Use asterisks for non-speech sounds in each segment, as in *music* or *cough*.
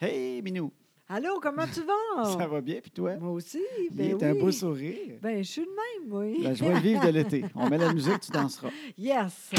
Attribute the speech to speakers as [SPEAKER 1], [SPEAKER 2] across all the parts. [SPEAKER 1] Hey, Minou,
[SPEAKER 2] Allô, comment tu vas?
[SPEAKER 1] *laughs* ça va bien, puis toi?
[SPEAKER 2] Moi aussi.
[SPEAKER 1] Il
[SPEAKER 2] Oh. Ben
[SPEAKER 1] est
[SPEAKER 2] oui.
[SPEAKER 1] un beau sourire. Ben,
[SPEAKER 2] Ben, je suis de même, oui.
[SPEAKER 1] La joie de vivre de l'été. On met la musique, tu danseras.
[SPEAKER 2] Yes.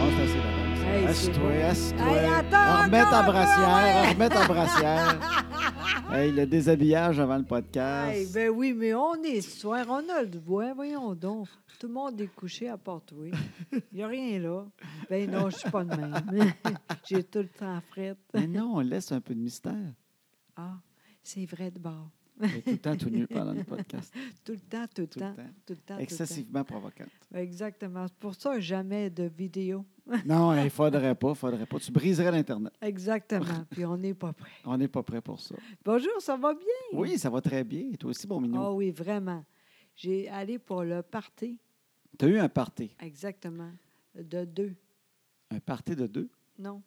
[SPEAKER 1] On se laisse la danse.
[SPEAKER 2] Hey, c'est
[SPEAKER 1] Assis-toi,
[SPEAKER 2] beau.
[SPEAKER 1] assis-toi.
[SPEAKER 2] Hey, attends,
[SPEAKER 1] remets ta
[SPEAKER 2] encore,
[SPEAKER 1] brassière,
[SPEAKER 2] ouais.
[SPEAKER 1] remets ta brassière. Hey, le déshabillage avant le podcast.
[SPEAKER 2] Hey, ben oui, mais on est soir, on a le bois, voyons donc. Tout le monde est couché à part toi. Il n'y a rien là. Ben non, je suis pas de même. *laughs* J'ai tout le temps frette.
[SPEAKER 1] Mais non, on laisse un peu de mystère.
[SPEAKER 2] Ah, c'est vrai de bord.
[SPEAKER 1] On est tout le temps tout nu pendant le podcast.
[SPEAKER 2] Tout le temps, tout le
[SPEAKER 1] Tout
[SPEAKER 2] temps,
[SPEAKER 1] le temps.
[SPEAKER 2] tout le temps. tout le
[SPEAKER 1] Excessivement provocante.
[SPEAKER 2] temps. Exactement. C'est pour ça, jamais de vidéo.
[SPEAKER 1] Non, il faudrait pas, faudrait pas. Tu briserais l'Internet.
[SPEAKER 2] Exactement. Puis on n'est pas prêt.
[SPEAKER 1] On n'est pas prêt pour ça.
[SPEAKER 2] Bonjour, ça va bien?
[SPEAKER 1] Oui, ça va très bien. Toi aussi, bon Minou.
[SPEAKER 2] Ah oui, vraiment. J'ai allé pour le party,
[SPEAKER 1] Tu as eu un party.
[SPEAKER 2] exactement, de deux.
[SPEAKER 1] Un party de deux,
[SPEAKER 2] Non.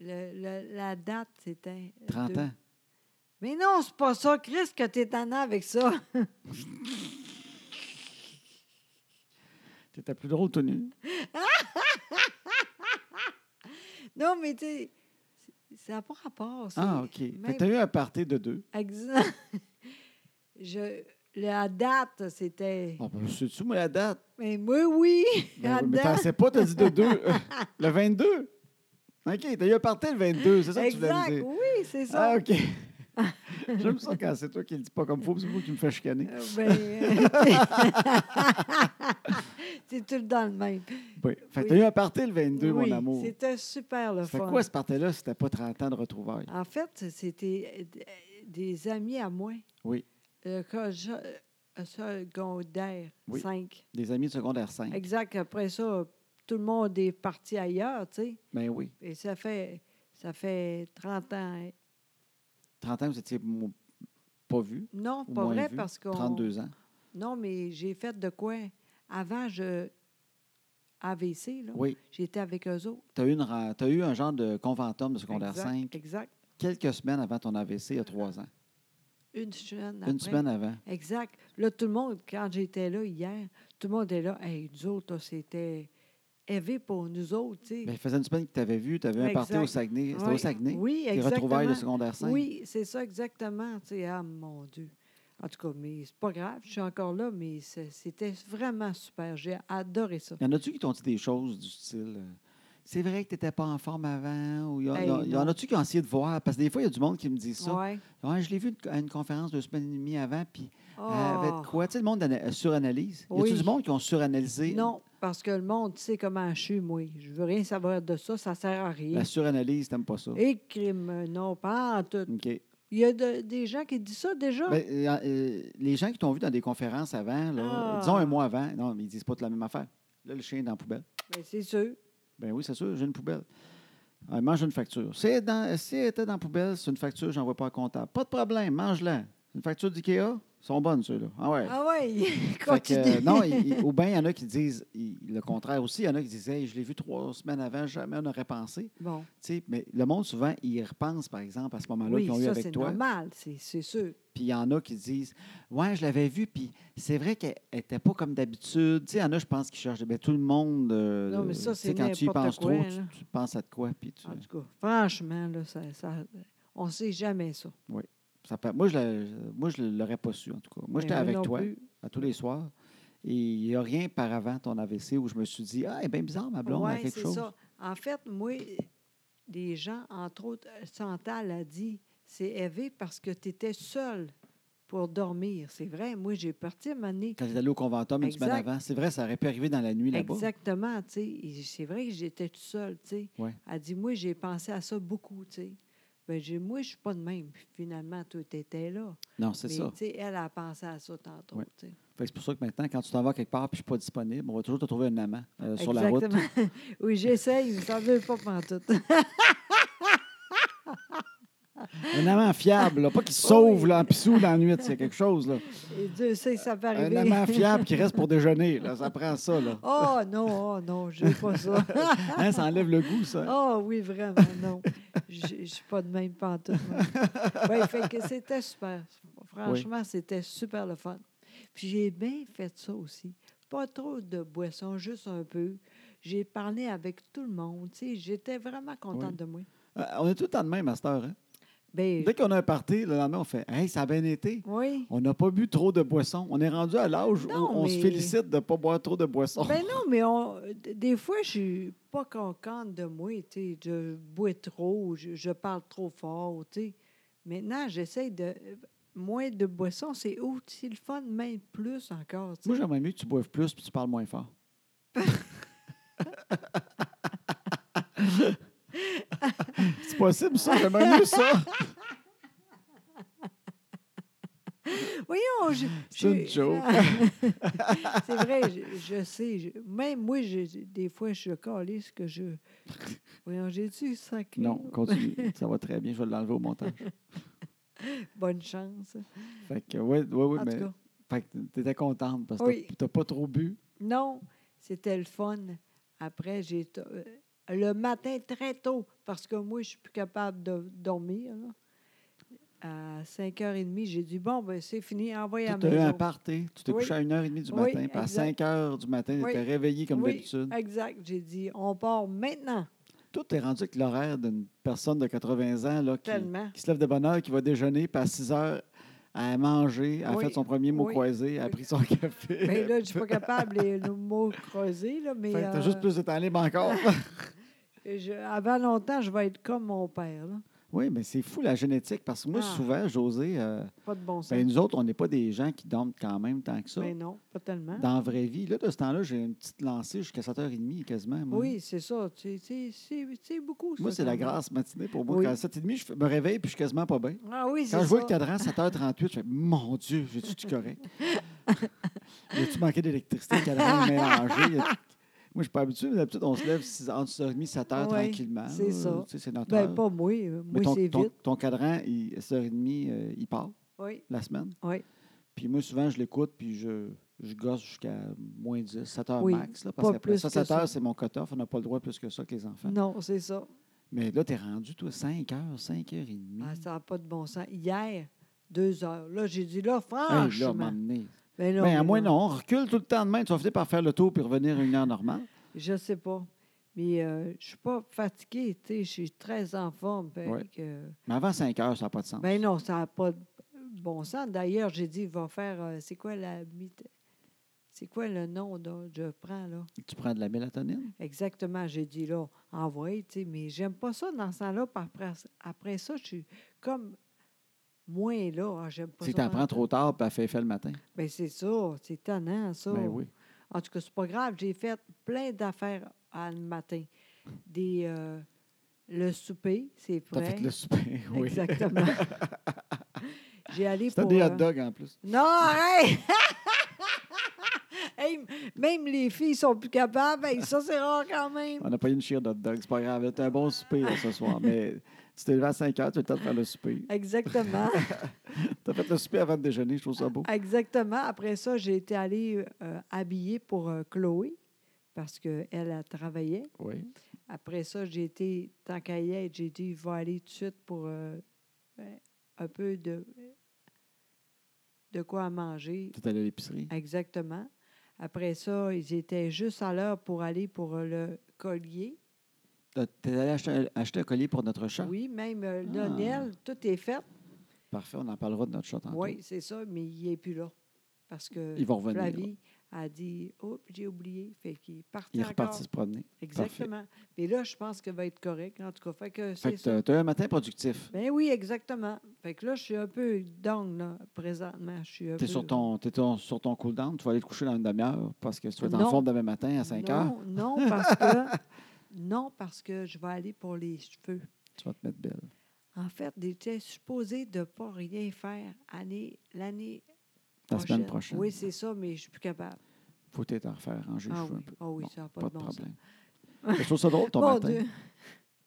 [SPEAKER 2] Le- le- la date, c'était.
[SPEAKER 1] 30
[SPEAKER 2] deux.
[SPEAKER 1] ans.
[SPEAKER 2] Mais non, c'est pas ça, Chris, que t'es tannant avec ça. *laughs*
[SPEAKER 1] Tu plus drôle tout nu.
[SPEAKER 2] Non, mais tu sais, c'est- ça n'a pas rapport. c'est-
[SPEAKER 1] Ah, OK.
[SPEAKER 2] même-
[SPEAKER 1] Tu as eu un party de deux.
[SPEAKER 2] Exa- *laughs* Je, la date, c'était.
[SPEAKER 1] Ah, ben, c'est tout, moi, la date.
[SPEAKER 2] Mais moi, oui.
[SPEAKER 1] *laughs* Ben
[SPEAKER 2] la
[SPEAKER 1] oui, mais t'en
[SPEAKER 2] date.
[SPEAKER 1] sais pas, t'as dit de deux. *laughs* Euh, le 22. OK, t'as eu un party le 22, c'est ça que tu voulais me
[SPEAKER 2] exact,
[SPEAKER 1] dire.
[SPEAKER 2] oui, c'est ça.
[SPEAKER 1] Ah, OK. *laughs* J'aime ça quand c'est toi qui le dis pas comme faut, c'est moi qui me fais chicaner.
[SPEAKER 2] Euh, *laughs* ben, euh, c'est tout dans le même.
[SPEAKER 1] Oui. Fait que
[SPEAKER 2] oui.
[SPEAKER 1] t'as eu un party le 22,
[SPEAKER 2] oui,
[SPEAKER 1] mon amour.
[SPEAKER 2] C'était super le
[SPEAKER 1] Fait
[SPEAKER 2] fun.
[SPEAKER 1] quoi ce party-là si t'as pas 30 ans de retrouvailles?
[SPEAKER 2] En fait, c'était euh, des amis à moi.
[SPEAKER 1] Oui.
[SPEAKER 2] Le collège secondaire
[SPEAKER 1] Oui. Mm.
[SPEAKER 2] 5.
[SPEAKER 1] Des amis de secondaire 5.
[SPEAKER 2] Exact. Après ça, tout le monde est parti ailleurs, tu sais.
[SPEAKER 1] Ben oui.
[SPEAKER 2] Et ça fait, ça fait 30 ans.
[SPEAKER 1] 30 ans, vous étiez mou- pas vu.
[SPEAKER 2] Non,
[SPEAKER 1] Au
[SPEAKER 2] pas
[SPEAKER 1] moins
[SPEAKER 2] vrai,
[SPEAKER 1] vu,
[SPEAKER 2] parce que...
[SPEAKER 1] 32 ans.
[SPEAKER 2] Non, mais j'ai fait de quoi? Avant, je... AVC, là.
[SPEAKER 1] Oui.
[SPEAKER 2] J'étais avec eux autres.
[SPEAKER 1] T'as eu, une ra- t'as eu un genre de conventum de secondaire
[SPEAKER 2] exact,
[SPEAKER 1] 5
[SPEAKER 2] Exact.
[SPEAKER 1] quelques semaines avant ton AVC, il y a trois ans.
[SPEAKER 2] Une semaine
[SPEAKER 1] Une
[SPEAKER 2] après.
[SPEAKER 1] semaine avant.
[SPEAKER 2] Exact. Là, tout le monde, quand j'étais là hier, tout le monde est là. Hey, nous autres, là, c'était élevé pour nous autres, tu sais.
[SPEAKER 1] Ben, il faisait une semaine que tu avais vu, tu avais un party au
[SPEAKER 2] Exact.
[SPEAKER 1] Saguenay. C'était
[SPEAKER 2] Oui,
[SPEAKER 1] au Saguenay.
[SPEAKER 2] Oui,
[SPEAKER 1] Tes retrouvailles de
[SPEAKER 2] exactement.
[SPEAKER 1] secondaire 5.
[SPEAKER 2] Oui, c'est ça, exactement. Tu sais, ah, mon Dieu. En tout cas, mais c'est pas grave, je suis encore là, mais c'est- c'était vraiment super. J'ai adoré ça.
[SPEAKER 1] Y en a-tu qui t'ont dit des choses du style euh, C'est vrai que tu n'étais pas en forme avant Ou y, en-
[SPEAKER 2] Hey,
[SPEAKER 1] y en- y en
[SPEAKER 2] Ben, non.
[SPEAKER 1] a-tu qui ont essayé de voir Parce que des fois, il y a du monde qui me dit ça.
[SPEAKER 2] Ouais.
[SPEAKER 1] Ouais, je l'ai vu à une conférence deux semaines et demie avant, puis elle avait de
[SPEAKER 2] Ah.
[SPEAKER 1] quoi Tu sais, le monde ana- euh, suranalyse. Y a-tu
[SPEAKER 2] Oui.
[SPEAKER 1] du monde qui ont suranalysé
[SPEAKER 2] Non, parce que le monde sait comment je suis, moi. Je veux rien savoir de ça, ça sert à rien.
[SPEAKER 1] La suranalyse, t'aimes pas ça.
[SPEAKER 2] Et crime, non, pas en tout.
[SPEAKER 1] OK.
[SPEAKER 2] Il y a de- des gens qui disent ça déjà.
[SPEAKER 1] Ben, euh, euh, les gens qui t'ont vu dans des conférences avant, là,
[SPEAKER 2] Ah.
[SPEAKER 1] disons un mois avant, non, mais ils disent pas toute la même affaire. Là, le chien est dans la poubelle.
[SPEAKER 2] Ben, c'est sûr.
[SPEAKER 1] Ben oui, c'est sûr, j'ai une poubelle. Ah, mange une facture. Si elle, est dans, si elle était dans la poubelle, c'est une facture, j'en vois pas un comptable. Pas de problème, mange-la. Une facture d'IKEA, ils sont bonnes, ceux-là. Ah ouais.
[SPEAKER 2] Ah *laughs* oui,
[SPEAKER 1] Fait que,
[SPEAKER 2] continue.
[SPEAKER 1] euh, non,
[SPEAKER 2] *laughs*
[SPEAKER 1] il- il- ou bien il y en a qui disent il- le contraire aussi. Il y en a qui disent Hey, je l'ai vu trois semaines avant, jamais on aurait pensé.
[SPEAKER 2] Bon,
[SPEAKER 1] Tu sais, mais le monde, souvent, il repense, par exemple, à ce moment-là
[SPEAKER 2] oui,
[SPEAKER 1] qu'ils ont eu
[SPEAKER 2] ça,
[SPEAKER 1] avec
[SPEAKER 2] c'est
[SPEAKER 1] toi.
[SPEAKER 2] normal, c'est c'est sûr.
[SPEAKER 1] Puis il y en a qui disent Ouais, je l'avais vu, puis c'est vrai qu'elle n'était pas comme d'habitude. Tu sais, il y en a, je pense, qui cherchent. Ben, tout le monde. euh,
[SPEAKER 2] Non, mais ça,
[SPEAKER 1] tu sais,
[SPEAKER 2] c'est
[SPEAKER 1] Quand tu y
[SPEAKER 2] n'importe
[SPEAKER 1] penses
[SPEAKER 2] quoi,
[SPEAKER 1] trop,
[SPEAKER 2] là. Ah.
[SPEAKER 1] tu, tu penses à de quoi, puis tu-
[SPEAKER 2] En tout cas, franchement, là, ça, ça- on ne sait jamais ça.
[SPEAKER 1] Ça peut- moi, je ne moi, je l'aurais pas su, en tout cas. Moi,
[SPEAKER 2] Ben,
[SPEAKER 1] j'étais
[SPEAKER 2] moi
[SPEAKER 1] avec
[SPEAKER 2] non
[SPEAKER 1] toi
[SPEAKER 2] plus.
[SPEAKER 1] à tous les soirs. Et il n'y a rien par avant ton AVC où je me suis dit, ah, elle est bien bizarre, ma blonde, elle a
[SPEAKER 2] Oui,
[SPEAKER 1] quelque
[SPEAKER 2] c'est
[SPEAKER 1] chose.
[SPEAKER 2] ça. En fait, moi, les gens, entre autres, Santal a dit c'est élevé parce que tu étais seule pour dormir. C'est vrai, moi, j'ai parti à Mané.
[SPEAKER 1] Quand j'étais allé au conventum une semaine
[SPEAKER 2] Exact.
[SPEAKER 1] avant, c'est vrai, ça aurait pu arriver dans la nuit là-bas.
[SPEAKER 2] Exactement, tu sais. Et C'est vrai que j'étais toute seule, tu sais.
[SPEAKER 1] Ouais.
[SPEAKER 2] Elle dit moi, j'ai pensé à ça beaucoup, tu sais. Ben, j'ai, moi, je suis pas de même. Puis finalement, tout était là.
[SPEAKER 1] Non, c'est
[SPEAKER 2] Mais,
[SPEAKER 1] ça.
[SPEAKER 2] tu sais, Elle a pensé à ça tantôt.
[SPEAKER 1] Ouais.
[SPEAKER 2] tu sais.
[SPEAKER 1] Fait que C'est pour ça que maintenant, quand tu t'en vas quelque part et je ne suis pas disponible, on va toujours te trouver un amant euh, sur la route.
[SPEAKER 2] Exactement. *laughs* oui, j'essaye, mais ça ne veut pas pantoute.
[SPEAKER 1] Un amant fiable, là, pas qui se
[SPEAKER 2] Oui.
[SPEAKER 1] sauve là, en pissou dans la nuit, c'est quelque chose. Là.
[SPEAKER 2] Et Dieu sait que ça va
[SPEAKER 1] Un
[SPEAKER 2] arriver.
[SPEAKER 1] amant fiable qui reste pour déjeuner, là, ça prend ça. Là.
[SPEAKER 2] Oh non, oh non, je veux
[SPEAKER 1] *laughs*
[SPEAKER 2] pas ça.
[SPEAKER 1] Hein, ça enlève le goût, ça.
[SPEAKER 2] Oh oui, vraiment, non. Je ne suis pas de même pantoute. moi. Ouais, fait que c'était super. Franchement, c'était super le fun. Puis j'ai bien fait ça aussi. Pas trop de boissons, juste un peu. J'ai parlé avec tout le monde. tu sais, J'étais vraiment contente
[SPEAKER 1] Oui.
[SPEAKER 2] de moi.
[SPEAKER 1] Euh, On est tout le temps de même à cette heure. hein.
[SPEAKER 2] Ben,
[SPEAKER 1] Dès qu'on a un party, le lendemain, on fait Hey, ça a bien été.
[SPEAKER 2] oui.
[SPEAKER 1] On n'a pas bu trop de boissons. On est rendu à l'âge où
[SPEAKER 2] Non,
[SPEAKER 1] on se
[SPEAKER 2] mais-
[SPEAKER 1] félicite de ne pas boire trop de boissons.
[SPEAKER 2] Ben non, mais on, d- des fois, je suis pas contente de moi. tu sais. Je bois trop, je, je parle trop fort. tu sais. Maintenant, j'essaie de. Moins de boissons, c'est aussi le fun, même plus encore. tu
[SPEAKER 1] *laughs*
[SPEAKER 2] sais.
[SPEAKER 1] Moi, j'aimerais mieux que tu boives plus et tu parles moins
[SPEAKER 2] *laughs*
[SPEAKER 1] fort. C'est possible, ça. J'aimerais mieux ça.
[SPEAKER 2] Voyons, je.
[SPEAKER 1] *laughs* C'est une
[SPEAKER 2] je-
[SPEAKER 1] joke.
[SPEAKER 2] *laughs* c'est vrai, je, je sais. je- même moi, je- des fois, je calais ce que je. Voyons, j'ai dit ça.
[SPEAKER 1] Non, continue. Ça va très bien. Je vais l'enlever au montage.
[SPEAKER 2] Bonne chance.
[SPEAKER 1] Fait que, ouais, ouais, ouais,
[SPEAKER 2] en
[SPEAKER 1] mais.
[SPEAKER 2] tout cas,
[SPEAKER 1] Fait que t'étais contente parce que
[SPEAKER 2] Oui.
[SPEAKER 1] t'as- t'as pas trop bu.
[SPEAKER 2] non, c'était le fun. Après, j'ai. t- euh, Le matin, très tôt, parce que moi, je suis plus capable de dormir. là. À 5h30, j'ai dit bon, ben c'est fini, envoyez à
[SPEAKER 1] T'as
[SPEAKER 2] la
[SPEAKER 1] eu un
[SPEAKER 2] maison.
[SPEAKER 1] party. Tu t'es
[SPEAKER 2] Oui.
[SPEAKER 1] couché à 1h30 du
[SPEAKER 2] Oui,
[SPEAKER 1] matin. puis à
[SPEAKER 2] exact.
[SPEAKER 1] 5h du matin, t'étais
[SPEAKER 2] Oui.
[SPEAKER 1] réveillé comme
[SPEAKER 2] Oui,
[SPEAKER 1] d'habitude.
[SPEAKER 2] Exact. J'ai dit on part maintenant,
[SPEAKER 1] Toi, t'es rendu avec l'horaire d'une personne de 80 ans là, qui,
[SPEAKER 2] tellement.
[SPEAKER 1] qui se lève de bonne heure, qui va déjeuner, puis à 6 heures, elle a mangé, elle a
[SPEAKER 2] Oui,
[SPEAKER 1] fait son premier mot
[SPEAKER 2] oui.
[SPEAKER 1] croisé, elle a pris son *laughs* café.
[SPEAKER 2] Mais Ben, là, je suis pas capable les le mot creusé, là, mais
[SPEAKER 1] Fait que t'as
[SPEAKER 2] euh,
[SPEAKER 1] juste plus de temps libre encore. *laughs*
[SPEAKER 2] *laughs* je- avant longtemps, je vais être comme mon père. là.
[SPEAKER 1] oui, mais c'est fou la génétique, parce que moi,
[SPEAKER 2] Ah.
[SPEAKER 1] souvent, José, euh,
[SPEAKER 2] Pas de bon sens.
[SPEAKER 1] ben,
[SPEAKER 2] Ben,
[SPEAKER 1] nous autres, on n'est pas des gens qui dorment quand même tant que ça.
[SPEAKER 2] non, pas tellement.
[SPEAKER 1] Dans la vraie vie, là, de ce temps-là, j'ai une petite lancée jusqu'à 7h30 quasiment. moi.
[SPEAKER 2] Oui, c'est ça. tu sais, C'est c'est- c'est beaucoup.
[SPEAKER 1] Moi,
[SPEAKER 2] ça,
[SPEAKER 1] c'est la
[SPEAKER 2] quand même.
[SPEAKER 1] grâce matinée pour moi.
[SPEAKER 2] Oui.
[SPEAKER 1] Quand à 7h30, je me réveille puis je suis quasiment pas bien.
[SPEAKER 2] Ah oui, c'est
[SPEAKER 1] Quand je vois le
[SPEAKER 2] ça.
[SPEAKER 1] cadran à 7h38, je fais Mon Dieu, j'ai-tu correct?
[SPEAKER 2] *laughs*
[SPEAKER 1] J'ai-tu manqué d'électricité? Le cadran est mélangé. Y
[SPEAKER 2] *laughs*
[SPEAKER 1] a- Moi, je suis pas habitué, mais d'habitude, on se lève six- entre 6h30 7h
[SPEAKER 2] Ouais,
[SPEAKER 1] tranquillement.
[SPEAKER 2] c'est
[SPEAKER 1] là.
[SPEAKER 2] ça.
[SPEAKER 1] Tu sais, C'est notre
[SPEAKER 2] Ben,
[SPEAKER 1] heure.
[SPEAKER 2] pas moi. euh,
[SPEAKER 1] Mais
[SPEAKER 2] Moi,
[SPEAKER 1] ton,
[SPEAKER 2] c'est
[SPEAKER 1] ton-
[SPEAKER 2] vite.
[SPEAKER 1] ton cadran, il, 6h30, euh, il part
[SPEAKER 2] Oui,
[SPEAKER 1] la semaine.
[SPEAKER 2] oui.
[SPEAKER 1] Puis moi, souvent, je l'écoute, puis je, je gosse jusqu'à moins 10, 7h
[SPEAKER 2] Oui,
[SPEAKER 1] max. Là, parce
[SPEAKER 2] pas
[SPEAKER 1] qu'après
[SPEAKER 2] plus
[SPEAKER 1] ça,
[SPEAKER 2] que ça. Mm.
[SPEAKER 1] 7h, c'est mon cut-off. On n'a pas le droit plus que ça que les enfants.
[SPEAKER 2] Non, c'est ça.
[SPEAKER 1] Mais là, t'es rendu, toi, 5h, 5h30.
[SPEAKER 2] Ah, ça n'a pas de bon sens. Hier, deux heures. Là, j'ai dit là,
[SPEAKER 1] Hey, là,
[SPEAKER 2] franchement. Ben,
[SPEAKER 1] m'emmener.
[SPEAKER 2] Mais
[SPEAKER 1] Bien,
[SPEAKER 2] non,
[SPEAKER 1] Ben, à
[SPEAKER 2] mais
[SPEAKER 1] moins, non. On recule tout le temps de même. Tu vas finir par faire le tour puis revenir à une heure normale.
[SPEAKER 2] Je sais pas. Mais euh, je suis pas fatiguée, tu sais, je suis très en forme. fait
[SPEAKER 1] Ouais.
[SPEAKER 2] que-
[SPEAKER 1] Mais avant 5 heures, ça n'a pas de sens.
[SPEAKER 2] Ben non, ça n'a pas de bon sens. D'ailleurs, j'ai dit, il va faire. euh, c'est quoi la. mit- C'est quoi le nom dont je prends, là?
[SPEAKER 1] tu prends de la mélatonine?
[SPEAKER 2] Exactement, j'ai dit, là, envoyé, tu sais, mais j'aime pas ça dans ce temps-là. puis Après, après ça, je suis comme moins là. Ah, j'aime pas
[SPEAKER 1] Si
[SPEAKER 2] ça
[SPEAKER 1] tu en
[SPEAKER 2] pendant-
[SPEAKER 1] prends trop tard puis elle fait effet le matin.
[SPEAKER 2] Ben c'est ça, c'est tannant, ça.
[SPEAKER 1] Ben oui.
[SPEAKER 2] En tout cas, c'est pas grave. J'ai fait plein d'affaires à le matin. Des, euh, le souper, c'est
[SPEAKER 1] Tu as
[SPEAKER 2] prêt.
[SPEAKER 1] fait le souper, *laughs* oui.
[SPEAKER 2] *laughs* Exactement. J'ai allé
[SPEAKER 1] C'était
[SPEAKER 2] pour...
[SPEAKER 1] des
[SPEAKER 2] euh,
[SPEAKER 1] hot dogs en plus.
[SPEAKER 2] Non, arrête! *laughs* Hey, m- même les filles sont plus capables. Hey, ça, c'est rare quand même.
[SPEAKER 1] On n'a pas eu une chire d'hot dogs. C'est pas grave. T'as un bon souper là, ce soir. Mais tu t'es levé à 5 heures, tu as le temps de faire le souper.
[SPEAKER 2] Exactement.
[SPEAKER 1] Tu as fait le souper avant de déjeuner. Je trouve ça beau.
[SPEAKER 2] Exactement. Après ça, j'ai été allée euh, habiller pour euh, Chloé parce qu'elle, elle travaillait.
[SPEAKER 1] Oui.
[SPEAKER 2] Après ça, j'ai été, tant qu'à y être, j'ai dit, je vais aller tout de suite pour euh, ben, un peu de, de quoi à manger.
[SPEAKER 1] Tu es allé à l'épicerie.
[SPEAKER 2] Exactement. Après ça, ils étaient juste à l'heure pour aller pour euh, le collier.
[SPEAKER 1] Tu es Euh, allé acheter, acheter un collier pour notre chat.
[SPEAKER 2] Oui, même euh,
[SPEAKER 1] Ah.
[SPEAKER 2] Lionel, tout est fait.
[SPEAKER 1] Parfait. On en parlera de notre chat tantôt.
[SPEAKER 2] Oui, c'est ça, mais il n'est plus là. Parce que
[SPEAKER 1] Ils vont revenir, là.
[SPEAKER 2] Flavie a dit, oh, j'ai oublié. Fait qu'il partait
[SPEAKER 1] Ils
[SPEAKER 2] encore.
[SPEAKER 1] repartent se promener.
[SPEAKER 2] Exactement. Mais là, je pense que va être correct. En tout cas, fait que
[SPEAKER 1] Fait
[SPEAKER 2] c'est ça.
[SPEAKER 1] que tu as un matin productif.
[SPEAKER 2] Ben oui, exactement. Fait que là, je suis un peu down, là, présentement. Je suis un
[SPEAKER 1] Tu es
[SPEAKER 2] peu-
[SPEAKER 1] sur ton, t'es ton- sur ton cool-down, tu vas aller te coucher dans une demi-heure parce que si tu vas être en
[SPEAKER 2] Non.
[SPEAKER 1] forme demain matin à 5 heures,
[SPEAKER 2] Non, non,
[SPEAKER 1] *laughs*
[SPEAKER 2] parce que... non, parce que je vais aller pour les cheveux.
[SPEAKER 1] tu vas te mettre belle.
[SPEAKER 2] En fait, j'étais supposée de ne pas rien faire année- l'année
[SPEAKER 1] La
[SPEAKER 2] prochaine.
[SPEAKER 1] semaine prochaine,
[SPEAKER 2] Oui, c'est ça, mais je suis plus capable.
[SPEAKER 1] faut que t'aies à refaire ranger les
[SPEAKER 2] Ah
[SPEAKER 1] cheveux
[SPEAKER 2] oui,
[SPEAKER 1] un peu.
[SPEAKER 2] ah oui
[SPEAKER 1] Bon,
[SPEAKER 2] ça n'a pas,
[SPEAKER 1] Pas
[SPEAKER 2] de
[SPEAKER 1] de
[SPEAKER 2] bon sens.
[SPEAKER 1] problème. Je trouve ça drôle ton
[SPEAKER 2] Mon
[SPEAKER 1] matin.
[SPEAKER 2] Dieu.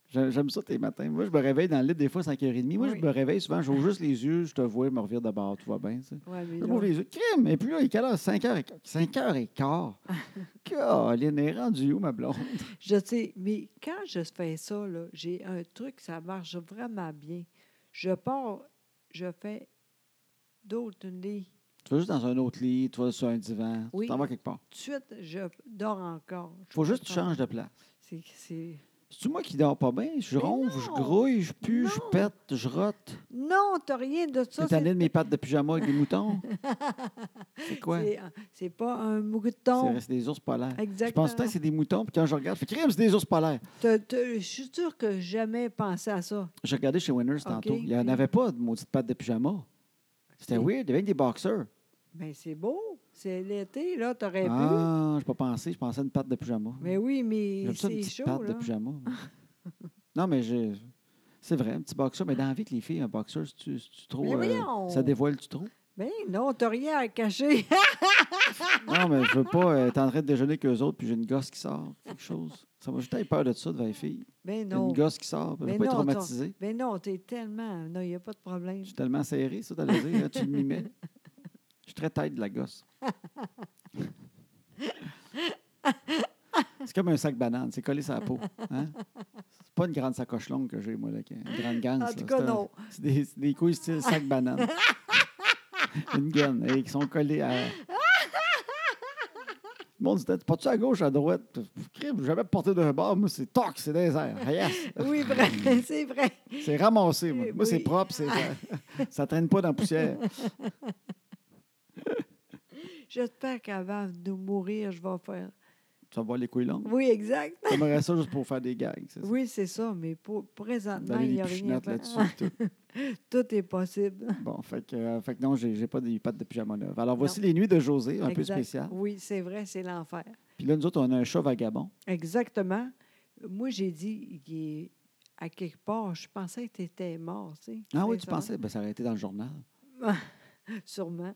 [SPEAKER 1] J'a- J'aime ça tes matins. Moi, je me réveille dans le lit des fois à 5h30. Moi,
[SPEAKER 2] Oui.
[SPEAKER 1] je me réveille souvent, j'ouvre juste les yeux, je te vois, je me revire de bord, tout va bien. tu sais.
[SPEAKER 2] Ouais, mais
[SPEAKER 1] Je
[SPEAKER 2] là,
[SPEAKER 1] m'ouvre les yeux. Crime! Et puis là, il est quelle heure? 5h15. 5h15.
[SPEAKER 2] *laughs*
[SPEAKER 1] Caroline, elle est rendue où, ma blonde? *laughs*
[SPEAKER 2] je sais, mais quand je fais ça, là, j'ai un truc, ça marche vraiment bien. Je pars, je fais d'autres lits.
[SPEAKER 1] Tu vas juste dans un autre lit, tu vas sur un divan,
[SPEAKER 2] Oui.
[SPEAKER 1] tu t'en vas quelque part.
[SPEAKER 2] Tout de suite, je dors encore. Je
[SPEAKER 1] faut juste que tu
[SPEAKER 2] comprends.
[SPEAKER 1] changes de place.
[SPEAKER 2] C'est- C'est.
[SPEAKER 1] C'est-tu moi qui dors pas bien? Je
[SPEAKER 2] Mais
[SPEAKER 1] ronfle, je
[SPEAKER 2] non!
[SPEAKER 1] grouille, je pue, je
[SPEAKER 2] Non!
[SPEAKER 1] pète, je rote.
[SPEAKER 2] Non, t'as rien de
[SPEAKER 1] T'es
[SPEAKER 2] ça.
[SPEAKER 1] tanné de mes pattes de pyjama avec des
[SPEAKER 2] *laughs*
[SPEAKER 1] moutons? C'est quoi?
[SPEAKER 2] c'est- hein, C'est pas un
[SPEAKER 1] C'est
[SPEAKER 2] mouton.
[SPEAKER 1] c'est des ours polaires. Je
[SPEAKER 2] Exactement.
[SPEAKER 1] pense que c'est des moutons, puis quand je regarde, je fais crime, c'est des ours polaires.
[SPEAKER 2] T'as- t'as- Je suis sûre que jamais pensé à ça.
[SPEAKER 1] J'ai regardé chez Winners tantôt. Il n'y en
[SPEAKER 2] puis-
[SPEAKER 1] avait pas de maudites pattes de pyjama. C'était
[SPEAKER 2] Ok.
[SPEAKER 1] weird. Il y avait des boxers.
[SPEAKER 2] Mais Ben, c'est beau. C'est l'été, là, t'aurais pu.
[SPEAKER 1] Ah, je pas pensé. Je pensais à une patte de pyjama.
[SPEAKER 2] Mais oui, mais
[SPEAKER 1] J'aime ça, une
[SPEAKER 2] c'est
[SPEAKER 1] petite
[SPEAKER 2] chaud,
[SPEAKER 1] patte de
[SPEAKER 2] là. *laughs*
[SPEAKER 1] pyjama. moi. non, mais j'ai- c'est vrai, un petit boxer. Mais dans la vie que les filles, un boxer, c'est-tu c'est-tu trop. euh,
[SPEAKER 2] Mais voyons!
[SPEAKER 1] ça dévoile-tu trop?
[SPEAKER 2] Mais Ben non, t'as rien à cacher. *laughs*
[SPEAKER 1] Non, mais je veux pas euh, être en train de déjeuner avec eux autres, puis j'ai une gosse qui sort, quelque chose. Ça m'a juste eu peur de ça devant les filles. Il
[SPEAKER 2] Mais
[SPEAKER 1] y a Une
[SPEAKER 2] Ben non.
[SPEAKER 1] gosse qui sort, puis je
[SPEAKER 2] Mais
[SPEAKER 1] veux pas être
[SPEAKER 2] non, attends.
[SPEAKER 1] traumatisée.
[SPEAKER 2] Mais non, t'es tellement. Non, il n'y a pas de problème.
[SPEAKER 1] Je suis tellement serré, ça, t'allais dire. hein, tu m'y mets. Je suis très tête de la gosse. C'est comme un sac banane, c'est collé sur la peau. Hein? C'est pas une grande sacoche longue que j'ai, moi, là, qui- une grande ganse.
[SPEAKER 2] En
[SPEAKER 1] là.
[SPEAKER 2] tout cas,
[SPEAKER 1] C'est un-
[SPEAKER 2] non.
[SPEAKER 1] C'est des, c'est des couilles style sac banane. une gaine, et qui sont collées à. Le monde se dit Portes-tu à gauche, à droite Crime, jamais porté d'un bord, moi, c'est toc, c'est désert. Yes. *laughs*
[SPEAKER 2] Oui, vrai, *laughs* c'est vrai.
[SPEAKER 1] C'est ramassé, moi.
[SPEAKER 2] Eh
[SPEAKER 1] Moi, c'est
[SPEAKER 2] oui.
[SPEAKER 1] propre, c'est, ça,
[SPEAKER 2] *laughs*
[SPEAKER 1] ça traîne pas dans la poussière.
[SPEAKER 2] J'espère qu'avant de mourir, je vais faire.
[SPEAKER 1] Tu vas voir les couilles longues.
[SPEAKER 2] Oui, exact.
[SPEAKER 1] J'aimerais ça juste pour faire des gags. C'est ça.
[SPEAKER 2] Oui, c'est ça, mais pour, présentement,
[SPEAKER 1] Donner
[SPEAKER 2] il
[SPEAKER 1] des
[SPEAKER 2] n'y a rien. à
[SPEAKER 1] pichinottes
[SPEAKER 2] faire.
[SPEAKER 1] là-dessus. puis tout.
[SPEAKER 2] *laughs* Tout est possible.
[SPEAKER 1] Bon, fait que, euh, fait que non, j'ai, j'ai pas des pattes de pyjama neuve. Alors, voici
[SPEAKER 2] Non.
[SPEAKER 1] les nuits de José, un peu
[SPEAKER 2] Exact.
[SPEAKER 1] spéciales.
[SPEAKER 2] Oui, c'est vrai, c'est l'enfer.
[SPEAKER 1] Puis là, nous autres, on a un chat vagabond.
[SPEAKER 2] Exactement. Moi, j'ai dit, il est- à quelque part, je pensais que tu étais mort, tu sais.
[SPEAKER 1] Ah oui, tu
[SPEAKER 2] sincèrement.
[SPEAKER 1] pensais? Ben, ça aurait été dans le journal.
[SPEAKER 2] Sûrement.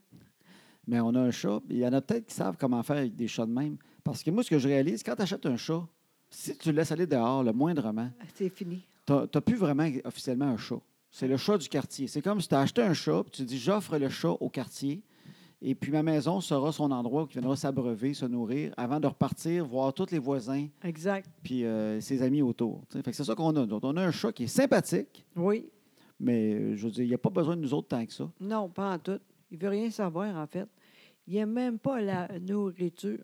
[SPEAKER 1] Mais on a un chat. puis Il y en a peut-être qui savent comment faire avec des chats de même. Parce que moi, ce que je réalise, quand tu achètes un chat, si tu le laisses aller dehors, le moindrement,
[SPEAKER 2] C'est fini.
[SPEAKER 1] tu n'as plus vraiment officiellement un chat. C'est le chat du quartier. C'est comme si tu as acheté un chat, puis tu dis j'offre le chat au quartier, et puis ma maison sera son endroit où il viendra s'abreuver, se nourrir, avant de repartir, voir tous les voisins,
[SPEAKER 2] Exact.
[SPEAKER 1] puis euh, ses amis autour. tu sais. Fait que c'est ça qu'on a. nous autres. on a un chat qui est sympathique,
[SPEAKER 2] Oui.
[SPEAKER 1] mais euh, je veux dire, il n'y a pas besoin de nous autres tant que ça.
[SPEAKER 2] Non, pas en tout. Il veut rien savoir, en fait. Il n'aime même pas la nourriture.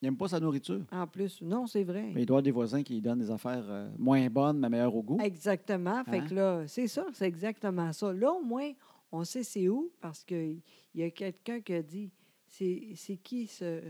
[SPEAKER 1] Il n'aime pas sa nourriture.
[SPEAKER 2] En plus, non, c'est vrai.
[SPEAKER 1] Mais il doit y avoir des voisins qui lui donnent des affaires euh, moins bonnes, mais meilleures au goût.
[SPEAKER 2] Exactement. Fait que
[SPEAKER 1] Hein?
[SPEAKER 2] là, c'est ça, c'est exactement ça. Là, au moins, on sait c'est où, parce qu'il y a quelqu'un qui a dit c'est c'est qui ce euh,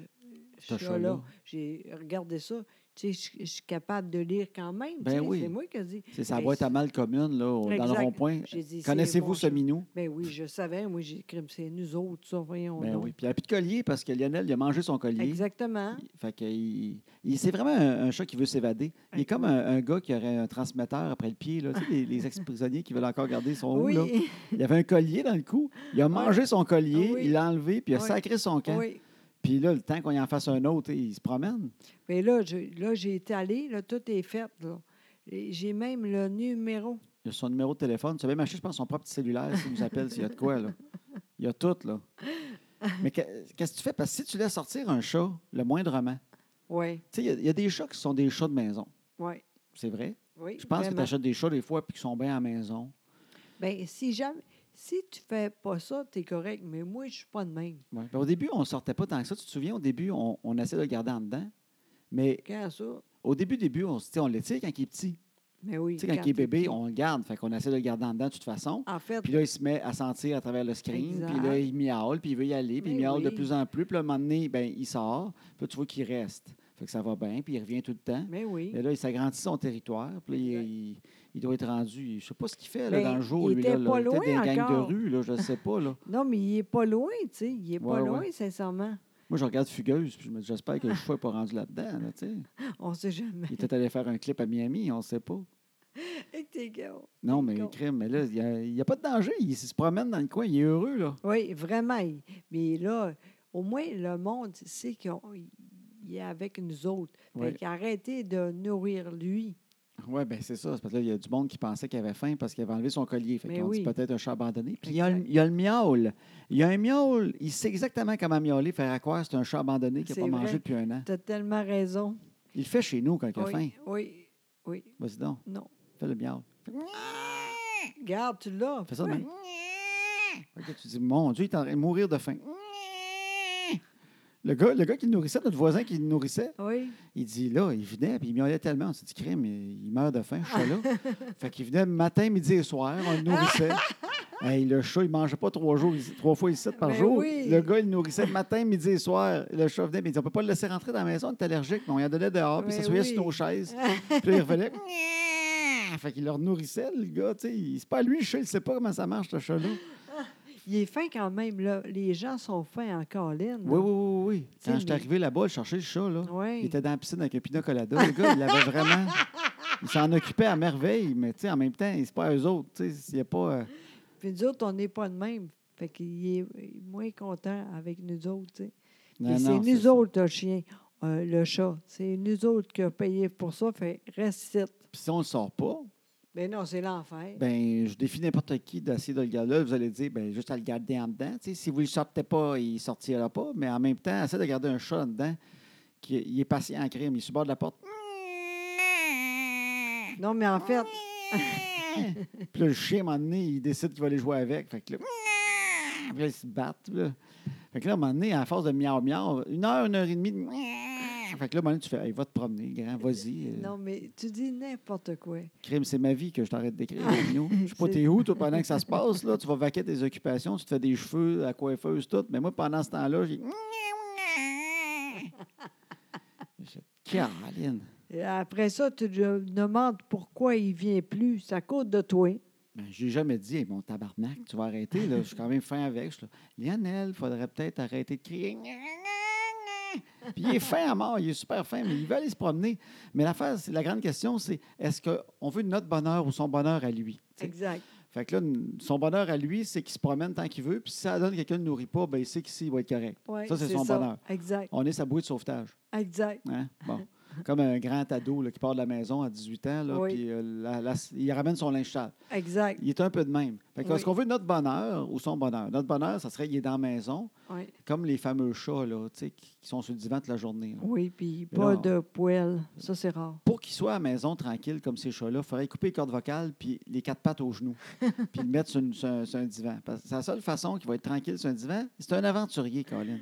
[SPEAKER 1] Ce
[SPEAKER 2] chat-là
[SPEAKER 1] chat-là.
[SPEAKER 2] J'ai regardé ça. Tu sais, je- je suis capable de lire quand même.
[SPEAKER 1] Ben
[SPEAKER 2] tu sais,
[SPEAKER 1] oui.
[SPEAKER 2] C'est moi qui ai dit.
[SPEAKER 1] C'est sa
[SPEAKER 2] Ben,
[SPEAKER 1] boîte à mal commune, là, au- dans le
[SPEAKER 2] Exact.
[SPEAKER 1] rond-point.
[SPEAKER 2] J'ai dit, c'est mon
[SPEAKER 1] Connaissez-vous ce
[SPEAKER 2] chat.
[SPEAKER 1] minou?
[SPEAKER 2] Ben oui, je savais. Moi, j'ai écrit, c'est nous autres, ça, voyons.
[SPEAKER 1] Ben
[SPEAKER 2] donc.
[SPEAKER 1] oui. Puis il n'y a plus de collier parce que Lionel, il a mangé son collier.
[SPEAKER 2] Exactement.
[SPEAKER 1] Fait que il- il- c'est vraiment un, un chat qui veut s'évader. Il est comme un, un gars qui aurait un transmetteur après le pied. Là. Tu sais, les, les ex-prisonniers qui veulent encore garder son
[SPEAKER 2] oui, *laughs*
[SPEAKER 1] là. Il avait un collier dans le cou. Il a mangé son collier,
[SPEAKER 2] Oui.
[SPEAKER 1] il l'a enlevé, puis il a
[SPEAKER 2] Oui.
[SPEAKER 1] sacré son camp.
[SPEAKER 2] oui.
[SPEAKER 1] Puis là, le temps qu'on y en fasse un autre, il se promène.
[SPEAKER 2] Mais là, je- là, j'ai été allée, là, tout est fait. là. Et J'ai même le numéro.
[SPEAKER 1] Il a son numéro de téléphone. Tu sais, même acheter, je pense, son propre petit cellulaire s'il nous appelle, s'il y a de quoi. Là. Il y a tout, là. Mais que- qu'est-ce que tu fais? Parce que si tu laisses sortir un chat, le moindrement,
[SPEAKER 2] Oui,
[SPEAKER 1] tu sais, il y a- il y a des chats qui sont des chats de maison.
[SPEAKER 2] oui,
[SPEAKER 1] C'est vrai.
[SPEAKER 2] oui.
[SPEAKER 1] Je pense que tu
[SPEAKER 2] vraiment.
[SPEAKER 1] achètes des chats des fois puis qu'ils sont bien à la maison.
[SPEAKER 2] Ben, si jamais. Si tu fais pas ça, tu es correct, mais moi, je suis pas de même.
[SPEAKER 1] Ouais. Ben, au début, on ne sortait pas tant que ça. Tu te souviens, au début, on, on essayait de le garder en dedans. Mais
[SPEAKER 2] Quand ça?
[SPEAKER 1] au début, début, on, se- tu sais, on l'étire quand il est petit.
[SPEAKER 2] Mais oui.
[SPEAKER 1] Tu sais, quand, il
[SPEAKER 2] t'es
[SPEAKER 1] est bébé,
[SPEAKER 2] petit.
[SPEAKER 1] on le garde. Fait qu'on essaie de le garder en dedans de toute façon.
[SPEAKER 2] En fait,
[SPEAKER 1] Puis là, il se met à sentir à travers le screen. Puis là,
[SPEAKER 2] Exact.
[SPEAKER 1] il miaule, puis il veut y aller, puis il
[SPEAKER 2] Mais
[SPEAKER 1] miaule de
[SPEAKER 2] oui.
[SPEAKER 1] plus en plus. Puis là, un moment donné, ben, il sort. Puis là, tu vois qu'il reste. Fait que ça va bien, puis il revient tout le temps.
[SPEAKER 2] mais oui.
[SPEAKER 1] Mais là, il s'agrandit son territoire. Puis là,
[SPEAKER 2] Exact.
[SPEAKER 1] il, il- il doit être rendu. Je sais pas ce qu'il fait là,
[SPEAKER 2] Ben,
[SPEAKER 1] dans le jour,
[SPEAKER 2] il
[SPEAKER 1] lui. Là,
[SPEAKER 2] était
[SPEAKER 1] là. Il
[SPEAKER 2] pas
[SPEAKER 1] était
[SPEAKER 2] loin
[SPEAKER 1] dans une gang de
[SPEAKER 2] encore.
[SPEAKER 1] rue, là, je sais pas. Là.
[SPEAKER 2] Non, mais il est pas loin, tu sais. Il est pas
[SPEAKER 1] Ouais,
[SPEAKER 2] loin,
[SPEAKER 1] ouais.
[SPEAKER 2] sincèrement. *laughs*
[SPEAKER 1] Moi, je regarde Fugueuse, puis je me dis, j'espère que le choix n'est pas rendu là-dedans. là, tu sais.
[SPEAKER 2] On sait jamais. *laughs*
[SPEAKER 1] il était allé faire un clip à Miami, on ne sait pas.
[SPEAKER 2] Et t'es gars.
[SPEAKER 1] Non, mais
[SPEAKER 2] D'accord.
[SPEAKER 1] crime, mais là, il n'y a, pas de danger. Il se promène dans le coin, il est heureux, là.
[SPEAKER 2] Oui, vraiment. il- Mais là, au moins, le monde sait qu'il est avec nous autres. Fait
[SPEAKER 1] Ouais.
[SPEAKER 2] qu'arrêtez de nourrir lui.
[SPEAKER 1] Oui, bien ben, c'est ça. C'est Parce que là, il y a du monde qui pensait qu'il avait faim parce qu'il avait enlevé son collier. Fait
[SPEAKER 2] Mais
[SPEAKER 1] qu'on dit
[SPEAKER 2] oui.
[SPEAKER 1] peut-être un chat abandonné. Puis il y, a le, il y a le miaule. Il y a un miaule. Il sait exactement comment miauler, faire à quoi c'est un chat abandonné qui n'a
[SPEAKER 2] C'est
[SPEAKER 1] pas
[SPEAKER 2] vrai.
[SPEAKER 1] mangé depuis un an.
[SPEAKER 2] Tu as tellement raison.
[SPEAKER 1] Il le fait chez nous quand il a
[SPEAKER 2] oui,
[SPEAKER 1] faim.
[SPEAKER 2] oui, oui,
[SPEAKER 1] Vas-y donc,
[SPEAKER 2] non.
[SPEAKER 1] fais le miaule.
[SPEAKER 2] Garde, tu l'as.
[SPEAKER 1] Fais ça de
[SPEAKER 2] Ouais.
[SPEAKER 1] même. Fait que tu dis, mon Dieu, il est en train de mourir de faim. Le gars, le gars qui le nourrissait, notre voisin qui le nourrissait,
[SPEAKER 2] Oui,
[SPEAKER 1] il dit là, il venait, puis il miaulait tellement. On s'est dit, crime, il il meurt de faim, je
[SPEAKER 2] *laughs*
[SPEAKER 1] suis là. fait qu'il venait matin, midi et soir, on le nourrissait. Hey, le chat, il mangeait pas trois, jours, ici- trois fois ici par
[SPEAKER 2] Mais
[SPEAKER 1] jour.
[SPEAKER 2] Ben oui.
[SPEAKER 1] Le gars, il le nourrissait matin, midi et soir. Le chat venait, mais il dit, on peut pas le laisser rentrer dans la maison, il est allergique. Mais on lui en donnait dehors, puis il
[SPEAKER 2] Mais
[SPEAKER 1] s'assoyait
[SPEAKER 2] Ben oui.
[SPEAKER 1] sur nos
[SPEAKER 2] *laughs*
[SPEAKER 1] chaises. puis là, il revenait. *laughs* fait qu'il le nourrissait, le gars. tu sais. Il- C'est pas lui, le chat, il sait pas comment ça marche, le chat-là.
[SPEAKER 2] Ah. il est fin quand même. Là. Les gens sont fins en colline.
[SPEAKER 1] Oui, oui, oui, oui.
[SPEAKER 2] Tu sais,
[SPEAKER 1] Quand je suis
[SPEAKER 2] mais-
[SPEAKER 1] arrivé là-bas, je cherchais le chat, là.
[SPEAKER 2] Ouais.
[SPEAKER 1] Il était dans la piscine avec un pina colada. Le gars, il
[SPEAKER 2] *laughs*
[SPEAKER 1] l'avait vraiment. Il s'en occupait à merveille, mais tu sais, en même temps, c'est pas eux autres. Tu sais, il y a pas. euh,
[SPEAKER 2] Puis nous autres, on n'est pas de même. Fait qu'il est euh, moins content avec nous autres. tu sais.
[SPEAKER 1] non,
[SPEAKER 2] Et c'est
[SPEAKER 1] non,
[SPEAKER 2] nous
[SPEAKER 1] ça.
[SPEAKER 2] autres, le chien, euh, le chat. C'est nous autres qui avons payé pour ça. Fait reste ici.
[SPEAKER 1] Puis si on le sort pas,
[SPEAKER 2] Ben non, c'est l'enfer.
[SPEAKER 1] ben je défie n'importe qui d'essayer de le garder là. Vous allez dire, ben juste à le garder en dedans. Tu sais, si vous le sortez pas, il sortira pas. Mais en même temps, essayez de garder un chat en dedans qui il est patient en crime. Il est sur le bord de la porte.
[SPEAKER 2] non, mais en fait,
[SPEAKER 1] *laughs* Puis là, le chien, à un moment donné, il décide qu'il va aller jouer avec. Fait que là, *laughs* puis là, ils se battent. Là. Fait que là, à un moment donné, à force de miaou miaou, une heure, une heure et demie, de- *laughs* fait que là, à un moment donné, tu fais, hey, va te promener, grand, vas-y. Euh,
[SPEAKER 2] non, mais tu dis n'importe quoi.
[SPEAKER 1] Crime, c'est ma vie que je t'arrête d'écrire.
[SPEAKER 2] *laughs*
[SPEAKER 1] Minou. Je sais pas,
[SPEAKER 2] Ah, C'est-
[SPEAKER 1] t'es où, toi, pendant que ça se passe, là. Tu vas vaquer tes occupations, tu te fais des cheveux, la coiffeuse, tout. Mais moi, pendant ce temps-là, j'ai. *laughs* J'ai- Caroline.
[SPEAKER 2] Et après ça, tu te demandes pourquoi il vient plus. Ça coûte de toi.
[SPEAKER 1] Ben, j'ai jamais dit, Hey, mon tabarnak, tu vas arrêter, là. Je suis quand même fin avec. Je suis là, Lionel, faudrait peut-être arrêter de crier. Puis il est fin à mort, il est super fin, mais il veut aller se promener. Mais l'affaire, c'est la grande question, c'est est-ce qu'on veut notre bonheur ou son bonheur à lui? tu sais?
[SPEAKER 2] Exact.
[SPEAKER 1] Fait que là, son bonheur à lui, c'est qu'il se promène tant qu'il veut, puis si ça donne que quelqu'un ne le nourrit pas, ben il sait qu'ici, il va être correct.
[SPEAKER 2] Ouais,
[SPEAKER 1] ça, c'est son bonheur.
[SPEAKER 2] Exact.
[SPEAKER 1] On est sa bouée de sauvetage.
[SPEAKER 2] Exact.
[SPEAKER 1] Hein?
[SPEAKER 2] *laughs*
[SPEAKER 1] Bon. Comme un grand ado là, qui part de la maison à 18 ans, là,
[SPEAKER 2] Oui.
[SPEAKER 1] puis euh, la- la- il ramène son linge sale.
[SPEAKER 2] Exact.
[SPEAKER 1] Il est un peu de même. Fait que
[SPEAKER 2] Oui.
[SPEAKER 1] Est-ce qu'on veut notre bonheur ou son bonheur? Notre bonheur, ça serait il est dans la maison,
[SPEAKER 2] Oui.
[SPEAKER 1] comme les fameux chats là, tu sais, qui qui sont sur le divan toute la journée. là.
[SPEAKER 2] Oui, puis
[SPEAKER 1] Mais là,
[SPEAKER 2] pas
[SPEAKER 1] on-
[SPEAKER 2] de poêle. Ça, c'est rare.
[SPEAKER 1] Pour qu'ils soient à la maison tranquille comme ces chats-là, il faudrait couper les cordes vocales puis les quatre pattes aux
[SPEAKER 2] *laughs*
[SPEAKER 1] genoux, puis le mettre sur, une- sur un, sur un divan. Parce que c'est la seule façon qu'il va être tranquille sur un divan. C'est un aventurier,
[SPEAKER 2] *laughs*
[SPEAKER 1] Colin.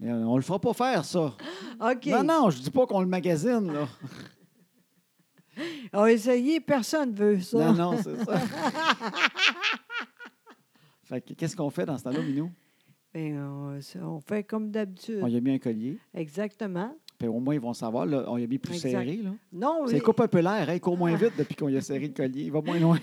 [SPEAKER 1] Mais on, on le fera pas faire, ça.
[SPEAKER 2] OK.
[SPEAKER 1] Non, non, je dis pas qu'on le magazine, là.
[SPEAKER 2] On a essayé, personne ne veut
[SPEAKER 1] Non,
[SPEAKER 2] ça.
[SPEAKER 1] non, c'est
[SPEAKER 2] *laughs*
[SPEAKER 1] ça. fait que qu'est-ce qu'on fait dans ce temps-là, Minou?
[SPEAKER 2] Ben, on, ça, on fait comme d'habitude.
[SPEAKER 1] On lui a mis un collier.
[SPEAKER 2] Exactement.
[SPEAKER 1] Puis Ben, au moins, ils vont savoir. Là, on y a mis plus
[SPEAKER 2] Exact. Ah.
[SPEAKER 1] serré. Là.
[SPEAKER 2] Non,
[SPEAKER 1] C'est
[SPEAKER 2] mais-
[SPEAKER 1] les coupes populaires. Hein, ils courent moins vite depuis qu'on y a serré le collier. Il va moins loin.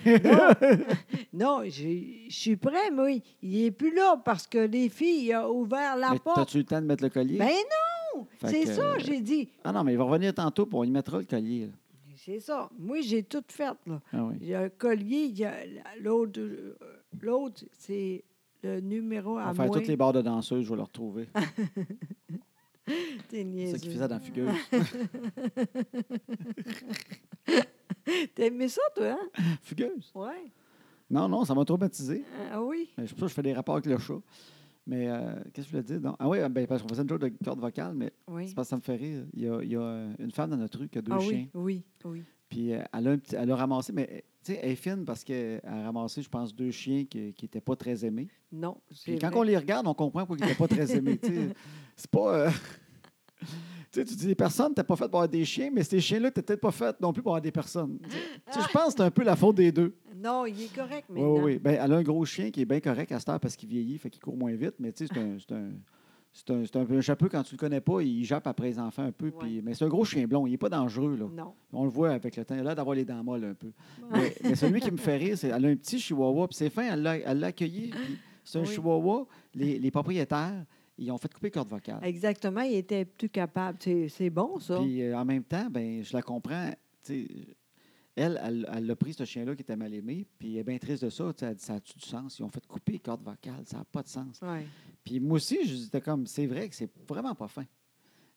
[SPEAKER 2] non, j'ai- je suis prêt, mais oui, il n'est plus là parce que les filles ont ouvert la
[SPEAKER 1] Mais
[SPEAKER 2] porte.
[SPEAKER 1] T'as-tu le temps de mettre le collier?
[SPEAKER 2] Ben non!
[SPEAKER 1] Fait
[SPEAKER 2] C'est
[SPEAKER 1] que-
[SPEAKER 2] ça, j'ai dit.
[SPEAKER 1] Ah non, mais il va revenir tantôt, puis on y mettra le collier. là.
[SPEAKER 2] C'est ça. Moi, j'ai tout fait, là.
[SPEAKER 1] Ah oui.
[SPEAKER 2] Il y a un collier, il y a la- l'autre, euh, l'autre, c'est le numéro
[SPEAKER 1] On va
[SPEAKER 2] à
[SPEAKER 1] faire
[SPEAKER 2] Ah, moins. Ah,
[SPEAKER 1] toutes les barres de danseuses, je vais le retrouver.
[SPEAKER 2] T'es
[SPEAKER 1] C'est ça
[SPEAKER 2] niaiseux.
[SPEAKER 1] qu'il faisait dans la figure.
[SPEAKER 2] T'as aimé ça, toi, hein?
[SPEAKER 1] *laughs* Fugueuse?
[SPEAKER 2] Oui.
[SPEAKER 1] Non, non, ça m'a traumatisé.
[SPEAKER 2] Ah oui.
[SPEAKER 1] Mais Je suis sûr que je fais des rapports avec le chat. Mais euh, qu'est-ce que je voulais dire? donc? Ah oui, ben, parce qu'on faisait une joke de corde vocale, mais
[SPEAKER 2] Oui.
[SPEAKER 1] c'est parce que ça me fait rire. Il y a, il y a, euh, une femme dans notre rue qui a deux
[SPEAKER 2] Ah
[SPEAKER 1] chiens.
[SPEAKER 2] oui, oui, oui.
[SPEAKER 1] Puis euh, elle, a un petit- elle a ramassé, mais euh, tu sais, elle est fine parce qu'elle a ramassé, je pense, deux chiens qui n'étaient pas très aimés.
[SPEAKER 2] Non,
[SPEAKER 1] Puis
[SPEAKER 2] c'est
[SPEAKER 1] quand
[SPEAKER 2] vrai.
[SPEAKER 1] on les regarde, on comprend pourquoi ils n'étaient pas
[SPEAKER 2] *laughs*
[SPEAKER 1] très aimés. tu sais. C'est pas. euh, *laughs* tu sais, tu dis des personnes, t'es pas fait pour avoir des chiens, mais ces chiens-là, t'es peut-être pas fait non plus pour avoir des personnes. Tu sais. Tu sais, je pense que c'est un peu la faute des deux.
[SPEAKER 2] Ah! Non, il est correct
[SPEAKER 1] Oui,
[SPEAKER 2] maintenant.
[SPEAKER 1] oui, oui. Ben, elle a un gros chien qui est bien correct à cette heure parce qu'il vieillit, fait qu'il court moins vite, mais tu sais, c'est un. c'est un- C'est un, c'est un peu un chapeau quand tu le connais pas, il jappe après les enfants un peu.
[SPEAKER 2] Ouais.
[SPEAKER 1] puis- mais c'est un gros chien blond, il est pas dangereux. Là.
[SPEAKER 2] Non.
[SPEAKER 1] On le voit avec le temps. Il a l'air d'avoir les dents molles un peu. Mais, mais celui qui me fait rire, c'est elle a un petit chihuahua. Puis c'est fin, elle l'a elle l'a accueilli. puis C'est un
[SPEAKER 2] Oui.
[SPEAKER 1] chihuahua. Les, les propriétaires, ils ont fait couper corde vocale.
[SPEAKER 2] Exactement, il était plus capable. C'est c'est bon, ça.
[SPEAKER 1] Ah. Puis euh, en même temps, ben, je la comprends. tu sais, Elle, elle elle l'a pris, ce chien-là qui était mal aimé. Puis elle est bien triste de ça. tu sais, Elle dit, ça a-tu du sens? Ils ont fait couper corde vocale. Ça n'a pas de sens.
[SPEAKER 2] Ouais.
[SPEAKER 1] Puis moi aussi, je disais comme, c'est vrai que c'est vraiment pas fin.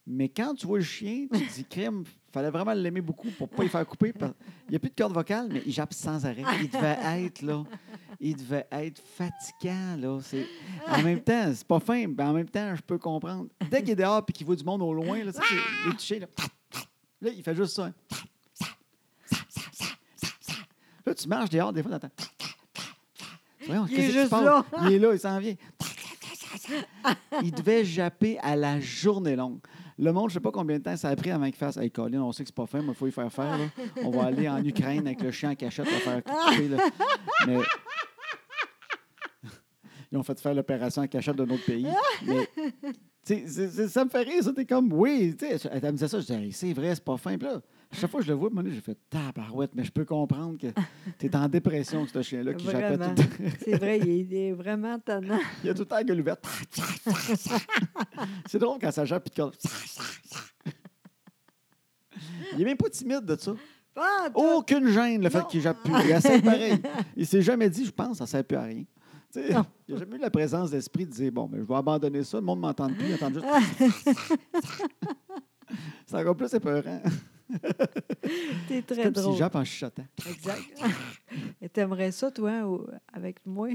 [SPEAKER 1] Mais quand tu vois le chien, tu te dis, crème, fallait vraiment l'aimer beaucoup pour ne pas y faire couper. parce- Il n'y a plus de corde vocale, mais il jappe sans arrêt. Il devait être, là. Il devait être fatigant, là. C'est- En même temps, c'est pas fin, mais en même temps, je peux comprendre. Dès qu'il est dehors et qu'il voit du monde au loin, là, tu sais, il est touché, là. Là, il fait juste ça. hein. Là, tu marches dehors, des fois, t'entends. Voyons,
[SPEAKER 2] Il est
[SPEAKER 1] qu'est-ce qui se
[SPEAKER 2] juste
[SPEAKER 1] passe?
[SPEAKER 2] là.
[SPEAKER 1] Il est là, il s'en vient. Il devait japper à la journée longue. Le monde, je sais pas combien de temps ça a pris avant qu'il fasse. Hey, Colin, on sait que c'est pas fin, mais il faut y faire faire. là. On va aller en Ukraine avec le chien en cachette pour faire couper. là. Mais... Ils ont fait faire l'opération en cachette d'un autre pays. Mais tu sais, c'est- c'est- ça me fait rire, ça. T'es comme, oui. tu sais, Elle me disait ça, je disais, Hey, c'est vrai, c'est pas fin. Puis là, à chaque fois que je le vois, à un moment donné, j'ai fait, tabarouette, mais je peux comprendre que t'es en dépression, ce chien-là, qui jappait tout
[SPEAKER 2] Vraiment.
[SPEAKER 1] le temps.
[SPEAKER 2] C'est vrai, il est, il est
[SPEAKER 1] *laughs*
[SPEAKER 2] vraiment tannant.
[SPEAKER 1] Il y a tout le temps la gueule ouverte. C'est drôle quand ça jappe puis de corde. Il n'est même pas timide de ça.
[SPEAKER 2] Pas en tout.
[SPEAKER 1] Aucune gêne, le fait
[SPEAKER 2] Non.
[SPEAKER 1] qu'il jappe plus. Il essaie pareil. Il s'est jamais dit, je pense, ça ne sert plus à rien. Tu sais,
[SPEAKER 2] Non.
[SPEAKER 1] il n'a jamais eu la présence d'esprit de dire, bon, mais je vais abandonner ça, le monde ne m'entend plus, il entend juste.
[SPEAKER 2] *laughs*
[SPEAKER 1] C'est encore plus épeurant.
[SPEAKER 2] T'es
[SPEAKER 1] C'est
[SPEAKER 2] très
[SPEAKER 1] comme s'il
[SPEAKER 2] drôle.
[SPEAKER 1] jappe en chuchotant.
[SPEAKER 2] Exact. *laughs* Et t'aimerais ça, toi, hein, au- avec moi?